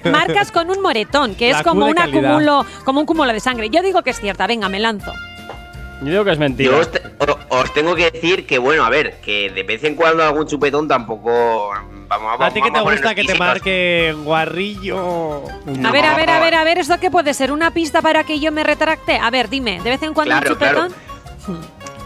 Speaker 3: final (laughs) marcas con un moretón, que
Speaker 4: La
Speaker 3: es
Speaker 4: Q
Speaker 3: como
Speaker 4: de
Speaker 3: un
Speaker 4: calidad.
Speaker 3: acúmulo, como un cúmulo de sangre. Yo digo que es cierta, venga, me lanzo.
Speaker 2: Yo digo que es mentira.
Speaker 7: Yo os, te- o- os tengo que decir que, bueno, a ver, que de vez en cuando algún chupetón tampoco. Vamos,
Speaker 4: A ti que
Speaker 7: vamos
Speaker 4: te gusta
Speaker 7: ponernos
Speaker 4: que te
Speaker 7: físicos.
Speaker 4: marque guarrillo.
Speaker 3: A ver, a ver, a ver, a ver, ¿esto qué puede ser? ¿Una pista para que yo me retracte? A ver, dime, ¿de vez en cuando
Speaker 7: Claro,
Speaker 3: un chupetón?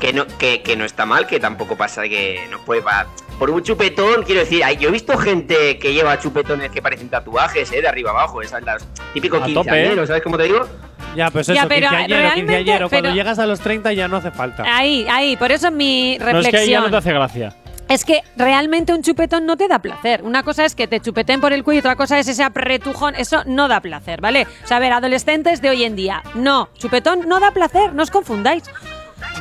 Speaker 7: Que no, que, que no está mal, que tampoco pasa que no puede pa- Por un chupetón, quiero decir, ay, yo he visto gente que lleva chupetones que parecen tatuajes, ¿eh? De arriba abajo, esas las típicos
Speaker 4: ¿eh?
Speaker 2: A tope,
Speaker 7: quinceañeros, ¿sabes cómo te digo?
Speaker 4: Ya, pues
Speaker 3: Ya,
Speaker 4: eso,
Speaker 3: pero
Speaker 4: quinceañero,
Speaker 3: realmente,
Speaker 4: quinceañero. Cuando
Speaker 3: pero-
Speaker 4: llegas a los 30 ya no hace falta.
Speaker 3: Ahí, ahí, por eso mi
Speaker 2: no es que ahí ya
Speaker 3: reflexión.
Speaker 2: no te hace gracia.
Speaker 3: Es que realmente un chupetón no te da placer. Una cosa es que te chupeten por el cuello, otra cosa es ese apretujón. Eso no da placer, ¿vale? O sea, a ver, adolescentes de hoy en día. No, chupetón no da placer, no os confundáis.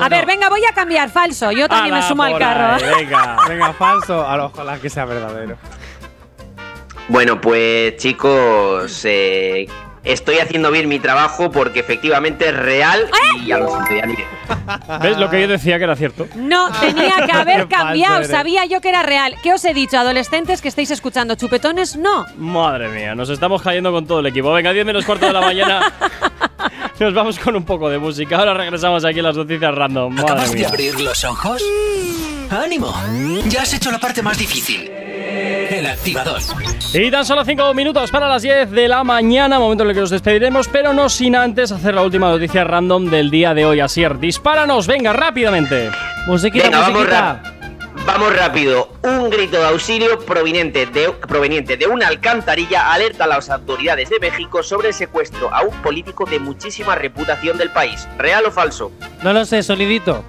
Speaker 3: A ver, venga, voy a cambiar, falso. Yo también me
Speaker 2: Ala,
Speaker 3: sumo al
Speaker 2: por
Speaker 3: carro.
Speaker 2: ahí, venga.
Speaker 4: Venga, falso. A lo- Ojalá que sea verdadero.
Speaker 7: Bueno, pues chicos, eh, estoy haciendo bien mi trabajo porque efectivamente es real y ya lo siento, ya
Speaker 2: (laughs)
Speaker 7: ni-
Speaker 2: ¿Ves lo que yo decía que era cierto?
Speaker 3: (laughs) No, tenía
Speaker 4: (laughs)
Speaker 3: que haber
Speaker 4: Qué falso
Speaker 3: cambiado,
Speaker 4: eres.
Speaker 3: sabía yo que era real. ¿Qué os he dicho, adolescentes que estáis escuchando? ¿Chupetones? No.
Speaker 2: Madre mía, nos estamos cayendo con todo el equipo. Venga, 10 menos cuarto de la mañana. Nos vamos con un poco de música. Ahora regresamos aquí a las noticias random.
Speaker 1: ¿Acabas
Speaker 2: Madre
Speaker 1: de
Speaker 2: mía. Mm.
Speaker 1: abrir los ojos? ¡Ánimo! Ya has hecho la parte más difícil. El activador.
Speaker 2: Y tan solo 5 minutos para las 10 de la mañana, momento en el que nos despediremos, pero no sin antes hacer la última noticia random del día de hoy. Asier, dispáranos, venga, rápidamente.
Speaker 4: Musiquita,
Speaker 7: Venga, vamos,
Speaker 4: musiquita.
Speaker 7: ra- vamos rápido. Un grito de auxilio proveniente de, proveniente de una alcantarilla alerta a las autoridades de México sobre el secuestro a un político de muchísima reputación del país. ¿Real o falso?
Speaker 4: No lo sé, sonidito.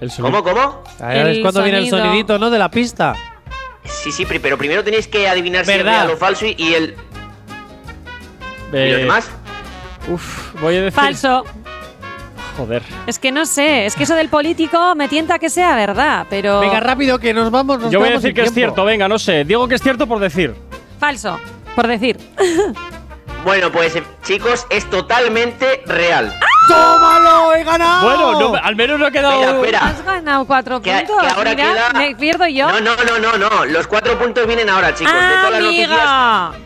Speaker 2: El sonido-
Speaker 7: ¿Cómo, cómo?
Speaker 4: A ver,
Speaker 3: El
Speaker 4: es cuando viene el
Speaker 3: sonido.
Speaker 4: sonidito, ¿no? De la pista.
Speaker 7: Sí, sí, pri- pero primero tenéis que adivinar si es
Speaker 4: ¿Verdad?
Speaker 7: real o falso y, y el... ¿Y los
Speaker 2: Eh,
Speaker 7: demás?
Speaker 2: Uf, voy a decir.
Speaker 3: Falso.
Speaker 2: Joder.
Speaker 3: Es que no sé, es que eso del político me tienta que sea verdad, pero.
Speaker 4: Venga, rápido, que nos vamos. nos
Speaker 2: Yo voy a
Speaker 4: quedamos
Speaker 2: decir
Speaker 4: sin
Speaker 2: que es
Speaker 4: tiempo.
Speaker 2: cierto, venga, no sé. Digo que es cierto por decir.
Speaker 3: Falso, por decir.
Speaker 7: Bueno, pues eh, chicos, es totalmente real.
Speaker 4: ¡Tómalo! ¡He ganado!
Speaker 2: Bueno, no, al menos no ha quedado.
Speaker 7: Espera, espera.
Speaker 3: Has ganado cuatro
Speaker 7: Que-
Speaker 3: puntos.
Speaker 7: que ahora
Speaker 3: Mira,
Speaker 7: queda-
Speaker 3: me pierdo yo.
Speaker 7: No, no, no, no, no. Los cuatro puntos vienen ahora, chicos. de todas las noticias
Speaker 3: Amiga,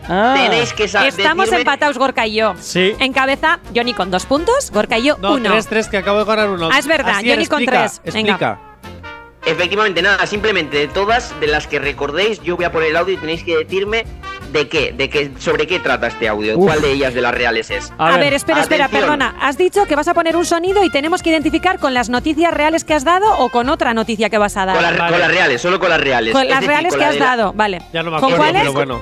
Speaker 2: Ah.
Speaker 7: tenéis que saber.
Speaker 3: estamos empatados Gorka y yo.
Speaker 2: Sí.
Speaker 3: En cabeza, Johnny con dos puntos, Gorka y yo
Speaker 4: No,
Speaker 3: uno.
Speaker 4: tres, tres, que acabo de ganar uno.
Speaker 3: Ah, es verdad,
Speaker 4: Asier,
Speaker 3: Johnny con
Speaker 4: explica,
Speaker 3: tres. Venga.
Speaker 4: Explica.
Speaker 7: Efectivamente, nada, simplemente de todas, de las que recordéis, yo voy a poner el audio y tenéis que decirme de qué, de qué, sobre qué trata este audio,
Speaker 2: Uf.
Speaker 7: cuál de ellas de las reales es.
Speaker 4: Ah,
Speaker 3: A, ver, espera, espera,
Speaker 7: atención.
Speaker 3: perdona. Has dicho que vas a poner un sonido y tenemos que identificar con las noticias reales que has dado o con otra noticia que vas a dar.
Speaker 7: Con, las-
Speaker 4: Vale.
Speaker 7: con las reales, solo con las reales.
Speaker 3: Con
Speaker 7: Es
Speaker 3: las
Speaker 7: decir,
Speaker 3: reales
Speaker 7: con
Speaker 3: que
Speaker 7: la
Speaker 3: has
Speaker 7: de la-
Speaker 3: dado, vale.
Speaker 4: Ya no me
Speaker 3: ¿Con
Speaker 4: acuerdo,
Speaker 3: cuáles?
Speaker 4: pero bueno.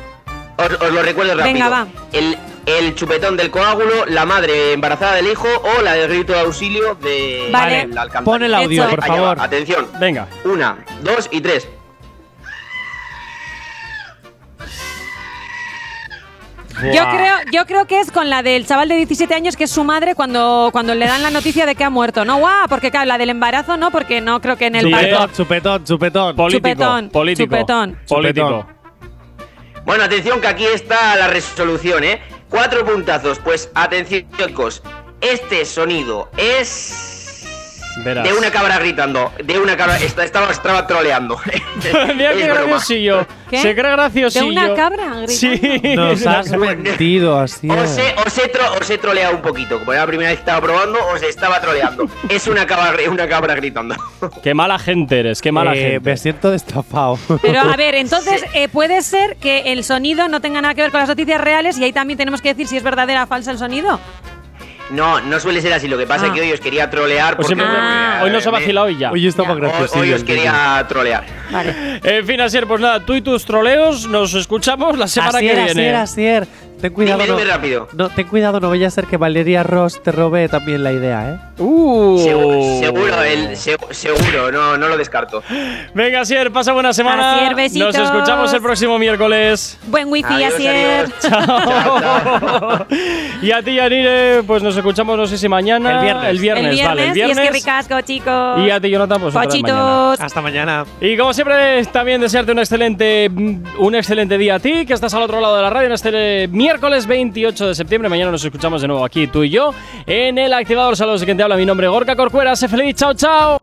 Speaker 7: Os, os lo recuerdo rápido.
Speaker 3: Venga, va.
Speaker 7: El, el chupetón del coágulo, la madre embarazada del hijo o la del grito de auxilio de
Speaker 3: Vale.
Speaker 7: la alcantarilla.
Speaker 4: Pon el audio,
Speaker 3: Hecho.
Speaker 4: por
Speaker 7: Allá va,
Speaker 4: favor.
Speaker 7: Atención.
Speaker 2: Venga.
Speaker 7: Una, dos y tres.
Speaker 3: Yo
Speaker 4: Buah.
Speaker 3: creo, yo creo que es con la del chaval de 17 años que es su madre cuando, cuando le dan la noticia de que ha muerto, ¿no? ¡Guau! Porque claro, la del embarazo no, porque no creo que en el
Speaker 2: Sí,
Speaker 3: parto.
Speaker 4: Chupetón, chupetón, chupetón.
Speaker 2: Político.
Speaker 3: Chupetón,
Speaker 2: político.
Speaker 3: chupetón.
Speaker 2: Político.
Speaker 7: Bueno, atención que aquí está la resolución, ¿eh? Cuatro puntazos. Pues atención, chicos. Este sonido es.
Speaker 2: Verás.
Speaker 7: De una cabra gritando. De una cabra. Esta, estaba, estaba troleando.
Speaker 2: (laughs)
Speaker 7: (laughs)
Speaker 2: Mira
Speaker 7: Es
Speaker 2: qué
Speaker 7: broma.
Speaker 2: graciosillo.
Speaker 3: ¿Qué?
Speaker 2: Se cree graciosillo.
Speaker 3: ¿De una cabra gritando?
Speaker 2: Sí.
Speaker 4: Nos has mentido, así.
Speaker 7: Os he, os, he tro- os he troleado un poquito. Como era la primera vez que estaba probando, os estaba
Speaker 2: (laughs)
Speaker 7: troleando. es una cabra, una cabra gritando.
Speaker 2: (laughs)
Speaker 7: (laughs)
Speaker 2: Qué mala gente eres, qué mala
Speaker 4: Eh,
Speaker 2: gente.
Speaker 4: me siento destafado.
Speaker 2: (laughs)
Speaker 3: Pero
Speaker 4: (laughs)
Speaker 3: a ver, entonces eh, puede ser que el sonido no tenga nada que ver con las noticias reales y ahí también tenemos que decir si es verdadera o falsa el sonido.
Speaker 7: No, no suele ser así. Lo que pasa
Speaker 3: Ah.
Speaker 7: es que hoy os quería trolear.
Speaker 2: Pues
Speaker 7: Porque
Speaker 2: simplemente-
Speaker 3: Ah.
Speaker 2: Hoy nos ha vacilado y ya.
Speaker 4: eh, Oye, está más
Speaker 7: Hoy-
Speaker 4: gracioso.
Speaker 7: hoy os quería trolear.
Speaker 3: Vale.
Speaker 2: En fin, Asier, pues nada, tú y tus troleos nos escuchamos la semana
Speaker 4: Asier,
Speaker 2: que
Speaker 4: Asier,
Speaker 2: viene.
Speaker 4: Asier. Ten cuidado,
Speaker 7: Dime,
Speaker 4: no,
Speaker 7: dime rápido.
Speaker 4: no, ten cuidado, no vaya a ser que Valeria Ross te robe también la idea, ¿eh?
Speaker 2: Uh.
Speaker 4: Oh.
Speaker 7: Seguro, seguro, el- se- seguro, no, no lo descarto.
Speaker 2: Venga, Asier, pasa buena semana.
Speaker 3: Asier, besitos.
Speaker 2: Nos escuchamos el próximo miércoles.
Speaker 3: Buen wifi,
Speaker 7: Adiós,
Speaker 3: así
Speaker 7: adiós.
Speaker 2: (laughs) y a ti, Yanire, pues nos escuchamos no sé si mañana.
Speaker 4: El viernes.
Speaker 2: El viernes,
Speaker 3: el viernes,
Speaker 2: vale. El viernes.
Speaker 3: y es que ricasco, chicos.
Speaker 2: Y a ti, Jonathan, pues otra vez mañana.
Speaker 3: Cochitos.
Speaker 4: Hasta mañana.
Speaker 2: Y como siempre, también desearte un excelente, mm, un excelente día a ti, que estás al otro lado de la radio en este eh, miércoles 28 de septiembre. Mañana nos escuchamos de nuevo aquí, tú y yo, en el activador. Saludos, quien te habla, mi nombre es Gorka Corcuera. Sé feliz, chao, chao.